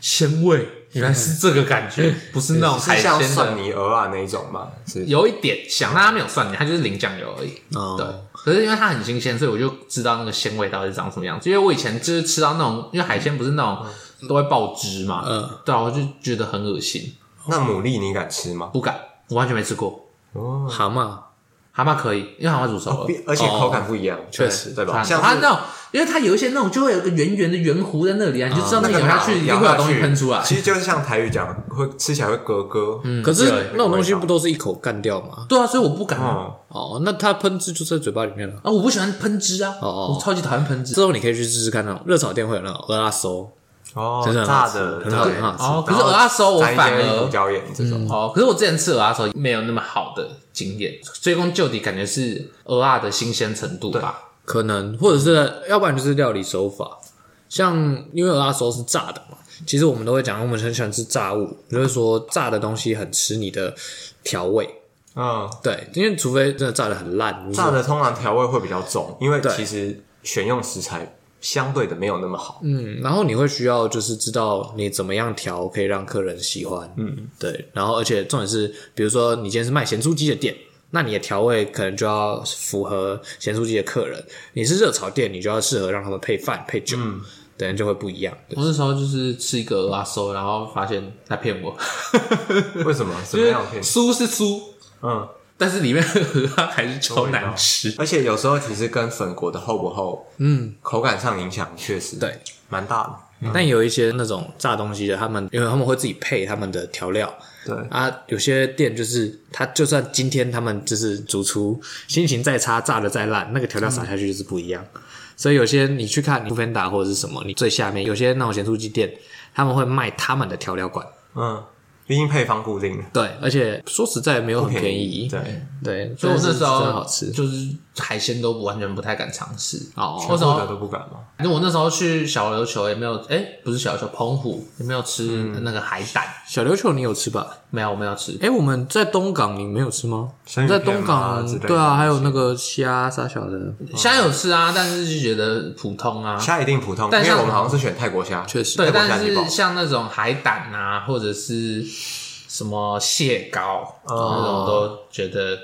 A: 鲜味原来是这个感觉，不是那种海
C: 是像
A: 鲜
C: 蒜
A: 的，
C: 泥鹅啊那一种吗？是
A: 有一点像，但它没有蒜泥，它就是淋酱油而已。
B: 哦
A: 对，可是因为它很新鲜，所以我就知道那个鲜味到底是长什么样子。因为我以前就是吃到那种，因为海鲜不是那
C: 嗯
A: 种都会爆汁嘛，
B: 嗯，
A: 对啊，我就觉得很恶心，
C: 那牡蛎你敢吃吗？
A: 不敢，我完全没吃过。
C: 哦，
B: 蛤蟆
A: 蛤蟆可以，因为蛤蟆煮熟了，
C: 而且口感不一样，
B: 确实
C: 对吧？
A: 它
C: 像
A: 它
C: 是
A: 那种，因为它有一些那种就会有个圆圆的圆弧在那里啊，你就知道那
C: 哦那
A: 个
C: 个
A: 咬下去一定
C: 咬
A: 会有
C: 下
A: 东西
C: 去
A: 喷出来。
C: 其实就是像台语讲，会吃起来会咯咯。嗯，
B: 可是
C: 对
B: 那种东西不都是一口干掉吗？
A: 对啊，所以我不敢啊，
C: 哦，
B: 哦，那它喷汁就在嘴巴里面了。
A: 啊我不喜欢喷汁啊，
B: 哦哦
A: 我超级讨厌喷汁。
B: 之后你可以去试试看那种热炒店会有那种鹅拉手，
C: 哦
B: 真的很好
C: 炸
B: 吃
C: 的，
B: 很好
C: 对
B: 很好吃
A: 哦，可是鹅阿手我
C: 沾一
A: 反
C: 些胡
A: 而
C: 椒盐这种，
A: 哦，可是我之前吃鹅阿手没有那么好的经验，追根究底感觉是鹅啊的新鲜程度吧。
B: 可能或者是要不然就是料理手法，像因为鹅拉手是炸的嘛，其实我们都会讲，我们很喜欢吃炸物，就是说炸的东西很吃你的调味，
C: 嗯，
B: 对，因为除非真的炸的很烂，你
C: 炸的通常调味会比较重，因为
B: 对
C: 其实选用食材相对的没有那么好。
B: 嗯，然后你会需要就是知道你怎么样调可以让客人喜欢，嗯，对，然后而且重点是，比如说你今天是卖咸酥鸡的店，那你的调味可能就要符合咸酥鸡的客人，你是热炒店，你就要适合让他们配饭配酒，嗯，等就会不一样，对
A: 我那时候就是吃一个鹅阿手，然后发现他骗我，
C: 为什么？怎
A: 因为
C: 么样骗 你？
A: 酥是酥，
C: 嗯，
A: 但是里面的鹅啊还是超难吃。
C: 而且有时候其实跟粉裹的厚不厚，嗯，口感上影响确实
B: 对，
C: 蛮大的。
A: 嗯
B: 但有一些那种炸东西的，他们因为他们会自己配他们的调料
C: 对，
B: 啊，有些店就是他就算今天他们就是主厨心情再差，炸的再烂，那个调料撒下去就是不一样。所以有些你去看布芬达或者是什么，你最下面有些那种咸酥鸡店，他们会卖他们的调料罐。
C: 嗯，毕竟配方固定了。
B: 对，而且说实在没有很
C: 不
B: 便
C: 便
B: 宜。
C: 宜对
B: 对，
A: 所以我那时候
B: 真的好吃。
A: 就是海鲜都完全不太敢尝试
B: 哦
A: 为什
C: 做的
A: 么？
C: 都不敢吗？
A: 因为我那时候去小琉球也没有，哎、不是小琉球，澎湖也没有吃那个海胆，
B: 小琉球你有吃吧？
A: 没有，我没有吃。
B: 哎，我们在东港你没有吃吗？
C: 生鱼
B: 在东
C: 片啊
B: 港
C: 之类的
B: 对啊，还有那个虾啥小的，
A: 虾有吃啊，但是就觉得普通啊。
C: 虾一定普通，因
A: 但
C: 为
A: 像
C: 我们好像是选泰国虾，
B: 确实
A: 对，
C: 泰国虾
A: 但
C: 你不好
A: 是像那种海胆啊，或者是什么蟹膏、
B: 哦
A: 那种，都觉得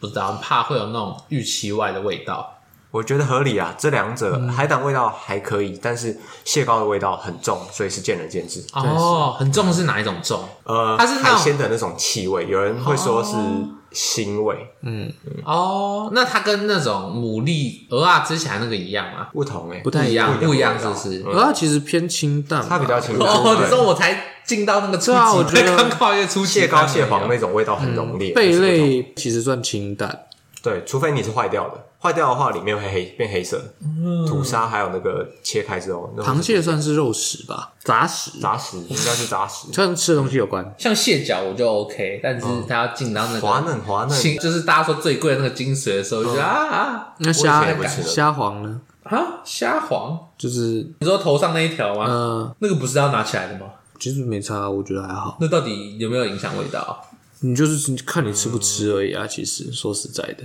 A: 不知道，怕会有那种预期外的味道。
C: 我觉得合理啊。这两者
A: 嗯
C: 海胆味道还可以，但是蟹膏的味道很重，所以是见仁见智。
A: 哦，很重是哪一种重？
C: 呃，
A: 它是那
C: 海
A: 种
C: 鲜的那种气味，有人会说是腥味，
A: 哦，那它跟那种牡蛎、鹅啊之前那个一样吗？
C: 不同哎，
B: 不太
A: 一样，
C: 不
A: 不
C: 一
A: 一
C: 样
A: 样，是不是？
B: 鹅啊其实偏清淡吧，
C: 它比较清淡。
A: 哦，你
C: 对
A: 说我才进到那个初级，
B: 对啊我觉得
A: 刚跨越初级，
C: 蟹膏、蟹黄那种味道很浓
A: 嗯
C: 烈，
B: 贝
C: 但是不同
B: 类其实算清淡，
C: 对，除非你是坏掉的，坏掉的话里面会黑变黑色，
A: 嗯
C: 吐沙还有那个切开之后，那种
B: 螃蟹算是肉食吧，杂食，
C: 杂食应该是杂食，
B: 跟吃的东西有关。
A: 像蟹脚我就 OK，但是它要进到那
C: 滑
A: 个
C: 嫩滑嫩，
A: 精，就是大家说最贵的那个精髓的时候，就觉得啊
B: 那
C: 我以
B: 虾
C: 前也不吃的
B: 虾黄呢，
A: 啊啊，虾黄，
B: 就是
A: 你说头上那一条吗？
B: 呃，
A: 那个不是要拿起来的吗？
B: 其实没差，我觉得还好。
A: 那到底有没有影响味道？
B: 你就是看你吃不吃而已啊。其实说实在的，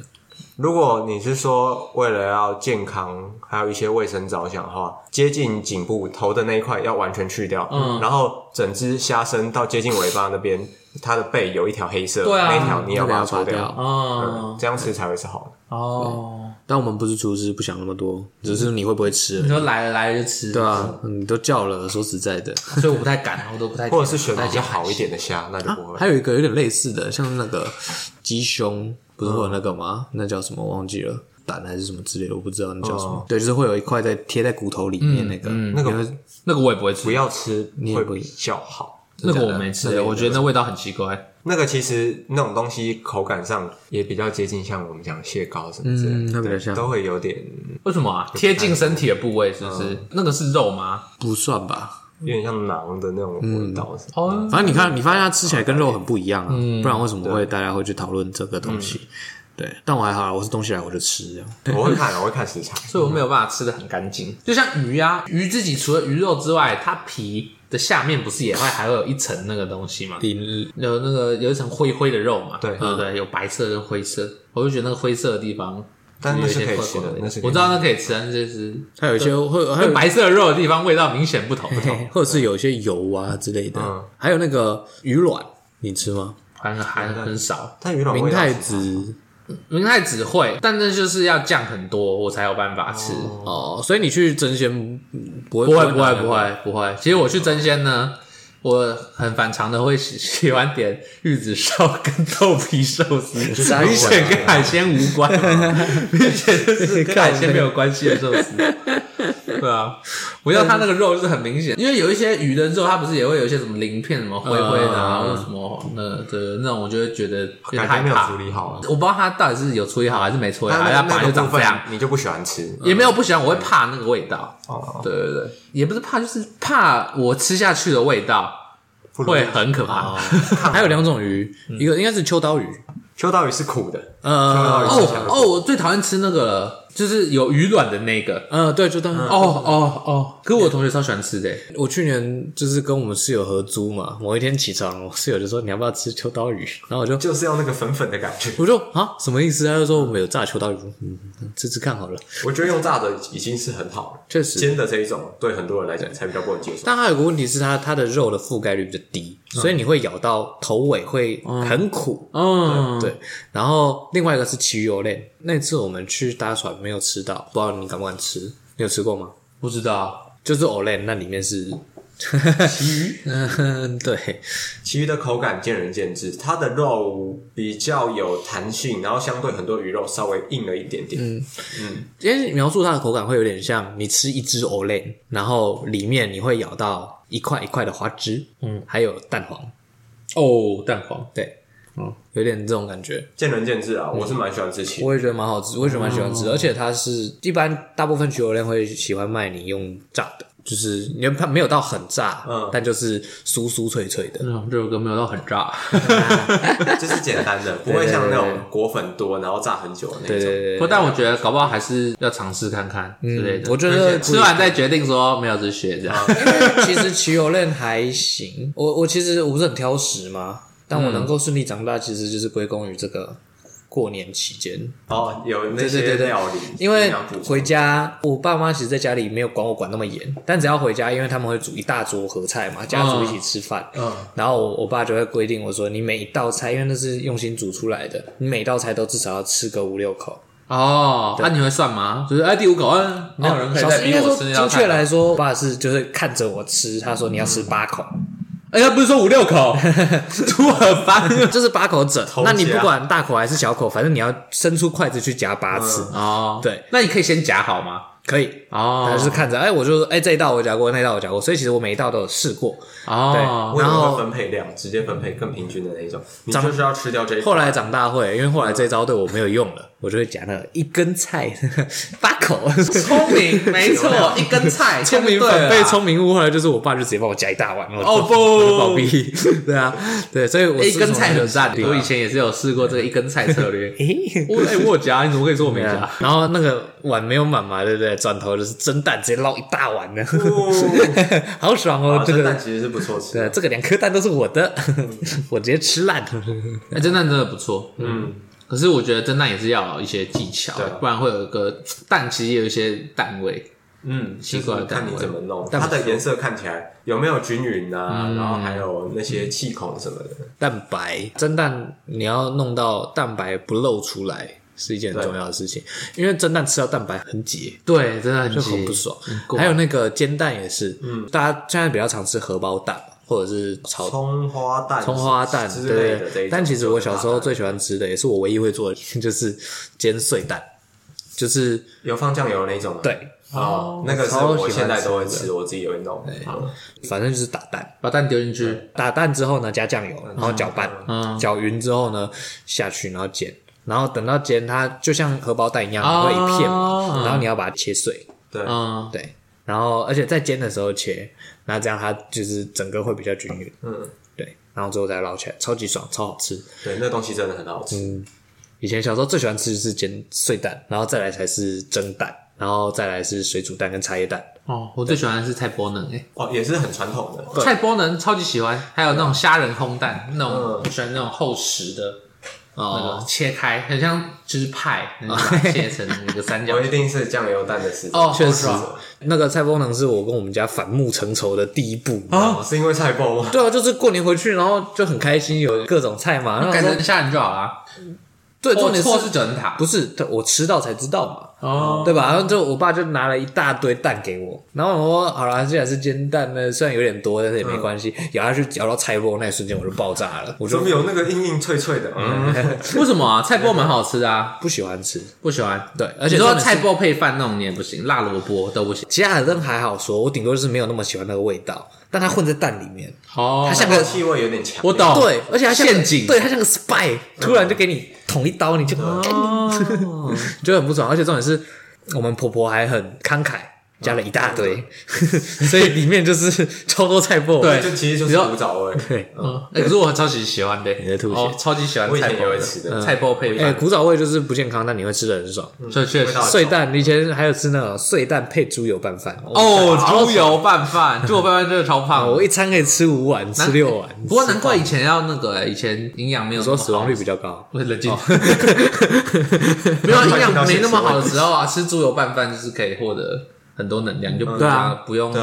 C: 如果你是说为了要健康，还有一些卫生着想的话，接近颈部头的那一块要完全去掉，嗯，然后整只虾身到接近尾巴那边，它的背有一条黑色，
A: 对啊
C: 那一条你要
B: 那个
C: 把
B: 要
C: 它
B: 拔
C: 抽
B: 掉。
A: 哦
C: 嗯，这样吃才会是好的。
A: 哦，
B: 但我们不是厨师，不想那么多，只是你会不会吃而
A: 你
C: 嗯
B: 已。
A: 说来了来了就吃，
B: 对啊，你都叫了，说实在的，
A: 所以我不太敢，我都不太敢，
C: 或者是选比较好一点的虾，那就不会。
B: 啊还有一个有点类似的，像那个鸡胸，不是会有那个吗？那叫什么忘记了，胆还是什么之类的，我不知道那叫什么。对，就是会有一块在贴在骨头里面那个，
C: 哦嗯那
B: 你
C: 个
B: 会
A: 那个我也不会
C: 不
A: 吃，
C: 要吃
B: 也
C: 会
B: 不
C: 比较好，
A: 那个
B: 假的
A: 我没吃
C: 那，个
A: 我觉得那味道很奇怪。
C: 那个其实那种东西口感上也比较接近像我们讲蟹膏什么之类
B: 嗯，
C: 的，
B: 那比较像，
C: 都会有点
A: 为什么啊？ 嗯贴近身体的部位是不是？那个是肉吗？
B: 不算吧。
C: 有点像馕的那种味道。
A: 哦，
B: 反正你看，你发现它吃起来跟肉很不一样啊，
A: 嗯
B: 不然为什么会大家会去讨论这个东西？对，但我还好啊，我是东西来我就吃这样。
C: 我会看，我会看时长。
A: 所以我没有办法吃的很干净。就像鱼啊，鱼自己除了鱼肉之外，它皮的下面不是也会还会有一层那个东西吗？
B: 你
A: 有那个有一层灰灰的肉嘛，
C: 对
A: 对嗯不对？有白色跟灰色，我就觉得那个灰色的地方，
C: 但那是
A: 有一些
C: 可以吃的
A: 怪怪
C: 那是可以
A: 我知道那可以吃，但是就是
B: 还有一些会还
A: 那
B: 有哦
A: 白色的肉的地方味道明显不同， 不同，
B: 或者是有一些油啊之类的
C: 嗯，
B: 还有那个鱼卵，你吃吗？
A: 反正还很少。
C: 但鱼卵
B: 明
C: 味道
B: 太
C: 其实
B: 子
A: 明太子会，但那就是要酱很多，我才有办法吃。
B: 哦，所以你去真鲜嗯不会
A: 啊不会
B: 拿
A: 不会
B: 那个
A: 不会不会。其实我去真鲜呢，我很反常的会喜 喜欢点玉子烧跟豆皮寿司，
C: 是
A: 明显
C: 啊
A: 跟海鲜无关，啊 明显就是跟海鲜没有关系的寿司。对啊，我要它那个肉就是很明显，因为有一些鱼的肉，它不是也会有一些什么鳞片、什么灰灰的啊，
B: 嗯
A: 或什么那的那种，我就会觉得有点
C: 感
A: 害
C: 觉没有
A: 怕
C: 处。理好啊。
A: 我不知道它到底是有处理好还是没处理好，
C: 但
B: 啊
A: 它
C: 那
A: 本来
C: 那
A: 就
C: 个部
A: 长这
C: 分
A: 样。
C: 你就不喜欢吃
B: 嗯
A: 也没有不喜欢，我会怕那个味道。
C: 哦，
A: 对对对，也不是怕，就是怕我吃下去的味道
C: 不如
A: 会很可怕。
B: 哦，还有两种鱼，
A: 嗯
B: 一个应该是秋刀鱼，
C: 秋刀鱼是苦的，
B: 呃
C: 秋刀鱼是
A: 哦
C: 香的
A: 哦，我最讨厌吃那个了，就是有鱼卵的那个。
B: 呃，对，秋刀鱼。
A: 哦哦哦，可是我同学超喜欢吃的欸，
B: 我去年就是跟我们室友合租嘛，某一天起床，我室友就说你要不要吃秋刀鱼，然后我就
C: 就是要那个粉粉的感觉。
B: 我就啊什么意思？他就说我们有炸秋刀鱼，嗯，吃吃看好了。
C: 我觉得用炸的已经是很好了，
B: 确实
C: 煎的这一种对很多人来讲才比较不能接受。
B: 但它有个问题是它它的肉的覆盖率比较低，所以你会咬到头尾会很苦。
A: 嗯，
B: 对，然后另外一个是奇鱼油类，那次我们去搭船没有吃到，不知道你敢不敢吃？你有吃过吗？
A: 不知道，
B: 就是 o l e n 那里面是，
C: 其余
B: 嗯， 对，
C: 其余的口感见仁见智，它的肉比较有弹性，然后相对很多鱼肉稍微硬了一点点。
B: 嗯因为描述它的口感会有点像你吃一只 o l e n 然后里面你会咬到一块一块的花枝，嗯，还有蛋黄，
A: 哦，蛋黄，
B: 对，
A: 嗯，
B: 有点这种感觉。
C: 见仁见智啊，我是蛮喜欢吃其
B: 嗯
C: 余。
B: 我也觉得蛮好吃，我也觉得蛮喜欢吃，而且它是一般大部分酒店会喜欢卖你用炸的，就是你它没有到很炸，
C: 嗯
B: 但就是酥酥脆脆的。
A: 嗯，这首歌没有到很炸，
C: 就是简单的，不会像那种裹粉多，然后炸很久的那种。
B: 对对对
A: 不，但我觉得搞不好还是要尝试看看之类
B: 对，嗯
A: 的。
B: 我觉
C: 而
B: 得
C: 且
A: 吃完再决定说没有这些这样。
B: 其实骑游链还行，我我其实我不是很挑食嘛，但我能够顺利长大，其实就是归功于这个过年期间，
C: 哦，有那
B: 对对对
C: 些
B: 对
C: 料理，
B: 因为
C: 营养补充
B: 回家我爸妈其实在家里没有管我管那么严，但只要回家，因为他们会煮一大桌合菜
A: 嗯
B: 嘛，家族一起吃饭，
C: 嗯
B: 然后我我爸就会规定我说，你每一道菜，因为那是用心煮出来的，你每一道菜都至少要吃个五六口。
A: 哦，那你会算吗？就是哎，第五口，嗯，没有人可以
B: 小
A: 再
B: 时
A: 逼
B: 应该
A: 我
B: 说
A: 吃那啊道
B: 精确
A: 菜。
B: 来说，我爸是就是看着我吃，他说你要
A: 嗯
B: 吃八口，
A: 哎，他不是说五六 口，出尔反尔。
B: 就是八口整。
C: 偷
B: 那你
C: 窃啊
B: 不管大口还是小口，反正你要伸出筷子去夹八次，
A: 哦，
B: 对，
A: 那你可以先夹好吗？
B: 可以。
A: 哦，
B: 他就是看着，哎，我就哎这一道我夹过，那一道我夹过，所以其实我每一道都有试过。
A: 哦，
C: 我也
B: 然后
C: 会分配量，直接分配更平均的那一种，你就是要吃掉 这一口
B: 后来长大会，因为后来这招对我没有用了，我就会夹那个一根菜八口，
A: 聪明，没错，一根菜，
B: 聪 明
A: 对
B: 反被
A: 了
B: 聪明误。后来就是我爸就直接帮我夹一大碗，我就
A: 哦不
B: 我就暴毙。 对啊，对，所以我
A: 哎一根菜很赞，
B: 对啊。
A: 我以前也是有试过这个一根菜策略
B: 诶
A: 我哎，我有夹，你怎么可以说我没
B: 对啊
A: 夹？
B: 然后那个碗没有满嘛，对不对？转头就是蒸蛋，直接捞一大碗呢，
C: 哦
B: 好爽
C: 啊
B: 哦！这
C: 蒸蛋
B: 个
C: 其实是不错吃
B: 对，啊
C: 的，
B: 这个两颗蛋都是我的， 我直接吃烂。
A: 哎，蒸蛋真的不错，
C: 嗯，
A: 可是我觉得蒸蛋也是要有一些技巧
C: 对，
A: 不然会有一个蛋，其实也有一些蛋味。
C: 嗯，
A: 奇怪
C: 就是看你怎么弄，
A: 但
C: 它的颜色看起来有没有均匀啊，然后还有那些气孔什么的，
B: 蛋白蒸蛋，你要弄到蛋白不露出来。是一件很重要的事情，因为蒸蛋吃到蛋白很解，
A: 对，真的很
B: 就很
A: 急
B: 不爽
A: 怪。
B: 还有那个煎蛋也是，嗯，大家现在比较常吃荷包蛋嘛或者是炒
C: 葱花蛋、
B: 葱花蛋
C: 之类
B: 对
C: 的
B: 对
C: 这 一种。
B: 但其实我小时候最喜欢吃的，也是我唯一会做的，就是煎碎蛋。就是
C: 有放酱油那种吗？啊
B: 对，
C: 哦，那个是
A: 超喜
C: 我
A: 欢
C: 现在都会
A: 吃
C: 吃，我自己也会弄。嗯
B: 反正就是打蛋，
A: 把蛋丢进去，
B: 打蛋之后呢加酱油，然后搅拌，
A: 嗯，
B: 搅匀之后呢下去，然后煎，然后等到煎它就像荷包蛋一样，
A: 哦
B: 会一片嘛，
A: 嗯
B: 然后你要把它切碎，
C: 对，
A: 嗯，
B: 对，然后而且在煎的时候切，那这样它就是整个会比较均匀，
C: 嗯，
B: 对，然后最后再捞起来，超级爽，超好吃。
C: 对，那东西真的很好吃。
B: 以前小时候最喜欢吃就是煎碎蛋，然后再来才是蒸蛋，然后再来是水煮蛋跟茶叶蛋。
A: 哦，我最喜欢的是菜包能，哎，
C: 哦，也是很传统的。
A: 菜包能超级喜欢，还有那种虾仁烘蛋，
B: 嗯
A: 那种我喜欢那种厚实的。
B: 哦
A: 那个切开很像就是 派，然后把它切成一个三角
C: 我
A: 形
C: 一定是酱油蛋的使者
A: 哦
B: 确实
A: 好爽
B: 那个菜包能是我跟我们家反目成仇的第一步。
C: 哦，是因为菜包吗？
B: 对啊，就是过年回去，然后就很开心，有各种菜嘛。然后
A: 改
B: 说
A: 成虾仁就好啦。
B: 对，重点
A: 错
B: 是
A: 是整塔
B: 不是我吃到才知道嘛？
A: 哦，
B: 对吧？然后就我爸就拿了一大堆蛋给我，然后我说好啦，既然是煎蛋呢，虽然有点多，但是也没关
A: 嗯
B: 系。咬下去咬到菜包那一瞬间我就爆炸了，我
C: 怎
B: 就
C: 么有那个硬硬脆脆的？ 嗯，
A: 为什么啊？菜包蛮好吃的啊，
B: 不喜欢吃。
A: 不喜欢。
B: 对而且
A: 你说
B: 重点是
A: 菜包配饭那种你也不行，辣萝卜都不行。
B: 其他的真还好说，我顶多就是没有那么喜欢那个味道，但它混在蛋里面，
A: 哦
B: 它像
C: 那
B: 个
C: 个气味有点强。
A: 我懂，
B: 对，而且它像个
A: 哦陷阱，
B: 对，它像个 spy，突然就给你捅一刀，你就、
A: 哦，
B: 你就很不爽。而且重点是我们婆婆还很慷慨，加了一大堆， 所以里面就是超多菜包。
A: 对
C: 就其实就是古早味。
B: 对，
A: 嗯，欸可是我超级喜欢的，你哦
B: 在吐血
A: 超级喜欢
C: 我以
A: 菜
C: 前也
A: 包
C: 会吃的
A: 菜包配
B: 哎、
A: 饭，
B: 古早味就是不健康，但你会吃的很爽。
A: 这确实
C: 味道
B: 碎蛋，以前还有吃那种碎蛋配猪油拌饭。
A: 哦，猪油拌饭，猪油拌饭真的超
B: 啊，
A: 胖
B: 我。一餐可以吃五碗，吃六碗。
A: 啊哎不过难怪以前要那个欸，以前营养没有那
B: 你说
A: 么
B: 死亡
A: 好
B: 率。比较高，
A: 我冷静， 没有营养没那么好的时候啊，吃猪油拌饭就是可以获得很多能量，就不
B: 对啊
A: 加不用
C: 对，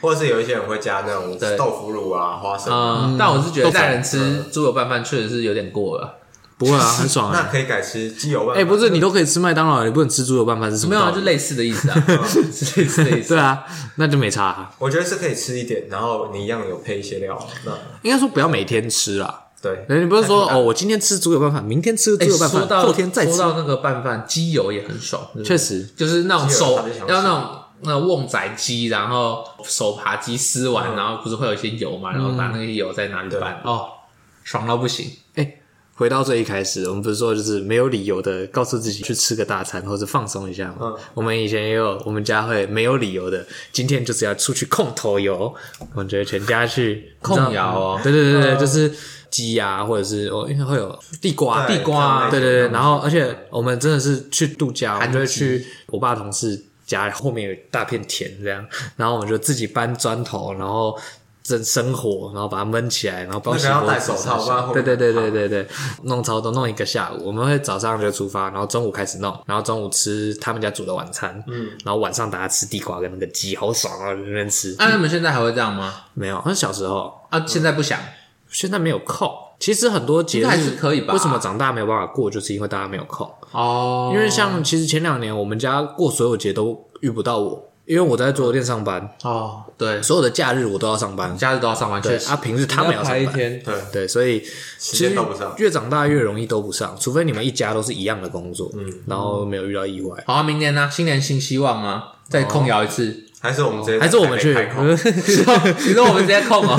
C: 或者是有一些人会加那种
A: 对
C: 豆腐乳啊、花生，
A: 嗯，但我是觉得带人
B: 嗯
A: 吃猪油拌饭确实是有点过了。
B: 不会啊，很爽
C: 那。可以改吃鸡油拌
B: 哎、
C: 饭。
B: 不是，你都可以吃麦当劳，你不能吃猪油拌饭是什么
A: 没有
B: 道
A: 啊，
B: 理？
A: 就类似的意思 啊，是类似的意思。
B: 对啊，那就没差啊、
C: 我觉得是可以吃一点，然后你一样有配一些料。那
B: 应该说不要每天吃啦。
C: 对，
B: 你不是 说哦，我今天吃猪油拌饭，明天吃猪
A: 哎，
B: 油拌
A: 说
B: 饭，
A: 到
B: 后天再吃
A: 说，到那个拌饭，鸡油也很爽，对不对
B: 确实
A: 就是那种
C: 鸡油
A: 手
C: 特别想吃
A: 要那种那种旺仔鸡，然后手扒鸡撕
B: 嗯
A: 完，然后不是会有一些油嘛，然后把那个油再拿去拌，哦，爽到不行。
B: 哎、回到最一开始，我们不是说就是没有理由的告诉自己去吃个大餐或者放松一下吗？
C: 嗯
B: 我们以前也有，我们家会没有理由的，今天就是要出去控头油，我们觉得全家去
A: 控
B: 你知道
A: 窑哦
B: 对对对对，
C: 嗯
B: 就是鸡呀、或者是哦，因为会有地瓜、
C: 对
A: 地瓜
B: 对
C: 这
B: 对
C: 样
B: 对，
C: 类似
B: 然后而且我们真的是去度假，我们就会
A: 鸡
B: 去我爸同事家后面有一大片田这样，然后我们就自己搬砖头，然后整生火，然后把它焖起来，然后包
C: 那
B: 西
C: 个要
B: 瓜
C: 戴手套不然后
B: 对
C: 面
B: 对对对
C: 很
B: 对对，弄超多，弄一个下午，我们会早上就出发，然后中午开始弄，然后中午吃他们家煮的晚餐，嗯，然后晚上大家吃地瓜跟那个鸡，好爽啊，在那边吃，
A: 那你们现在还会这样吗？
B: 没有，那小时候
A: 啊，现在不想，
B: 现在没有空。其实很多节日
A: 应该还是可以吧
B: 为什么长大没有办法过，就是因为大家没有空。
A: 哦，
B: 因为像其实前两年我们家过所有节都遇不到我，因为我在桌游店上班，
A: 哦，对，
B: 所有的假日我都要上班。
A: 假日都要上班，
B: 对
A: 确，实
B: 啊，平日他们也要上班。
A: 天
C: 对，
B: 对，所以
C: 时
B: 其
C: 间
B: 实
C: 都不上
B: 越长大越容易都不上，除非你们一家都是一样的工作，嗯，然后没有遇到意外，
A: 好啊，明年呢、新年新希望啊，再控摇一 次。
C: 还是我们直接
B: 还是我们去嗯
C: 在台北开 控
A: 你说我们直接控哦、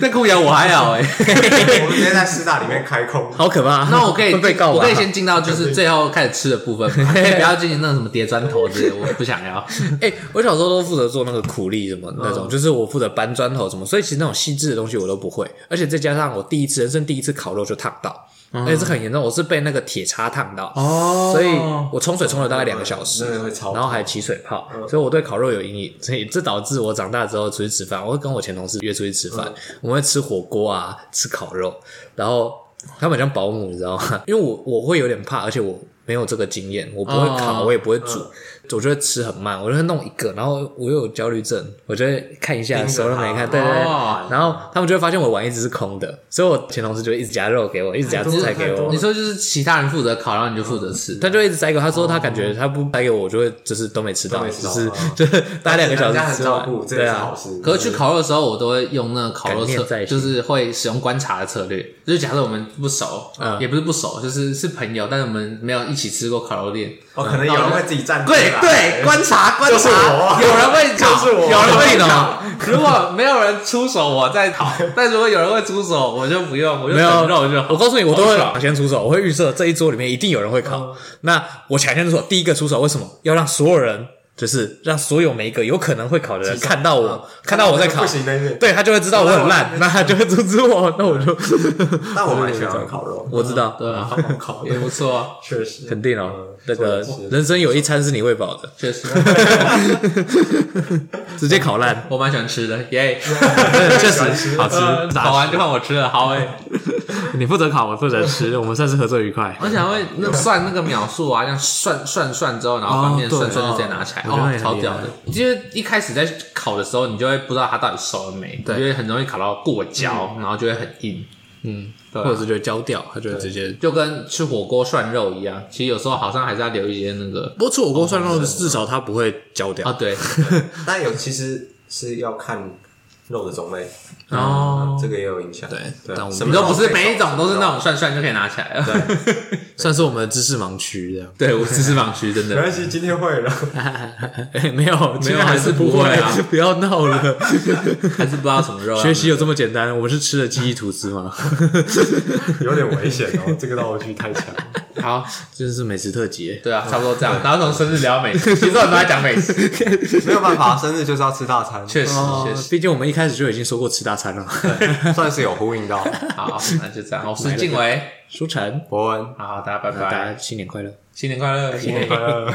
A: 但控摇我还好
B: 欸
A: 哎、
C: 我们直接在师大里面开 控。
B: 好可怕。
A: 那我可以
B: 会被告吧
A: 我可以先进到 就是最后开始吃的部分嘛，不要进行那种什么叠砖头之类，我不想要。
B: 哎、我小时候都负责做那个苦力什么
C: 嗯
B: 那种，就是我负责搬砖头什么，所以其实那种细致的东西我都不会，而且再加上我第一次人生第一次烤肉就烫到，
C: 嗯
B: 而且是很严重，我是被那个铁叉烫到，
A: 哦
B: 所以我冲水冲了大概两个小时，
C: 那个会超嗯
B: 然后还起水泡，所以我对烤肉有阴影，所以这导致我长大之后出去吃饭，我会跟我前同事约出去吃饭，
C: 嗯
B: 我们会吃火锅啊，吃烤肉，然后他们很像保姆，你知道吗？因为我我会有点怕，而且我没有这个经验，我不会
A: 哦
B: 烤，
C: 嗯
B: 我也不会煮，我就会吃很慢，我就会弄一个，然后我又有焦虑症，我就会看一下
C: 盯着
B: 手都没看，
C: 它
B: 对对对
A: 哦
B: 然后他们就会发现我碗一直是空的，所以我前同事就一直夹肉给我，一直夹
C: 多了
B: 菜给
C: 哎太多
B: 我
C: 了
A: 你，说就是其他人负责烤，然后你就负责吃，
B: 他就一直塞给我，他说他感觉他不塞给我，我就会就是都没吃
C: 都
B: 到，
C: 没吃
B: 只
C: 到
B: 是
C: 哦
B: 就是 大概两个小
C: 人家很
B: 时吃完
C: 照顾，，这
B: 对
C: 个是
B: 啊
C: 好，事。
A: 可是去烤肉的时候，我都会用那个烤肉
B: 感念
A: 策，
B: 在心
A: 就是会使用观察的策略。就是假设我们不熟，
B: 嗯
A: 也不是不熟，就是是朋友，但是我们没有一起吃过烤肉店。嗯
C: 哦，可能有人会自己站出来
A: 对对，观察观
C: 就是我
A: 察，有人会烤，
C: 就是我
A: 有人会烤。如果没有人出手，我再 烤；但如果有人会出手，我就不用，我就
B: 没有
A: 等肉就
B: 我
A: 好。
B: 告诉你，我都会
A: 好爽
B: 抢先出手，我会预测这一桌里面一定有人会考。那我抢先出手，第一个出手，为什么要让所有人，就是让所有每一个有可能会考的人看到我，看到我在考
C: 不，行的那个，
B: 啊对他就会知道我很烂，那他就会阻止我，那我就
C: 那我蛮喜欢烤肉，
B: 我知道，
A: 对啊，
C: 烤
A: 也不错啊，
C: 确实
B: 肯定哦
C: 嗯，
B: 那个
C: 我也是
B: 人生有一餐是你喂饱的，
A: 确实，
B: 直接烤 烂，
A: 我蛮喜欢吃的，耶！
B: 确实
C: 喜欢吃
B: 好啊吃
A: 呃，烤
B: 炸
A: 完就换我吃了， 好诶。
B: 你负责烤，我负责吃，我们算是合作愉快。
A: 而且还会 那算那个秒数啊，这样算算算之后，然后翻面
B: 哦对
A: 算算就直接拿起来，
B: 我觉得
A: 哦
B: 也，很
A: 超
B: 厉
A: 屌
B: 害
A: 的！就是一开始在烤的时候，你就会不知道它到底熟了没，
B: 对
A: 因为很容易烤到过焦，然后就会很硬，
B: 嗯，
A: 对啊
B: 或者是就焦掉，他就会直接。
A: 就跟吃火锅涮肉一样。其实有时候好像还是要留一些那个
B: 不过吃火锅涮肉，至少它不会焦
A: 啊，
B: 掉。
A: 对，
C: 但有其实是要看肉的种类，嗯
A: 哦，
C: 这个也有影响。
B: 对
C: 对
B: 但
C: 啊
B: 我，们
C: 什
A: 你
C: 么
A: 说
C: 都
A: 不是每一种都是那种涮涮就可以拿起来了，
B: 算是我们的知识盲区这样。
A: 对，我知识盲区真
C: 没关
A: 的。
C: 系，今天会了。
B: 哎，没有，没
A: 有还是不会啊
B: 不要闹了。
A: 还是不知道什么肉啊，
B: 学习有这么简单？我们是吃了记忆吐司 吗？
C: 有点危险 哦，这个绕过去太强。
A: 好，
B: 真是美食特辑，
A: 对啊，差不多这样。然后从生日聊美食，其实我们都在讲美食，
C: 没有办法，生日就是要吃大餐，
A: 确实确实。
B: 啊毕竟我们一开始就已经说过吃大餐了。
C: 算是有呼应到。
A: 好，那就这样。我是静伟，
B: 舒晨，
C: 伯恩，
A: 好，大家拜
B: 大
A: 拜
B: 家，新年快乐！
A: 新年快乐，新
C: 新年快乐。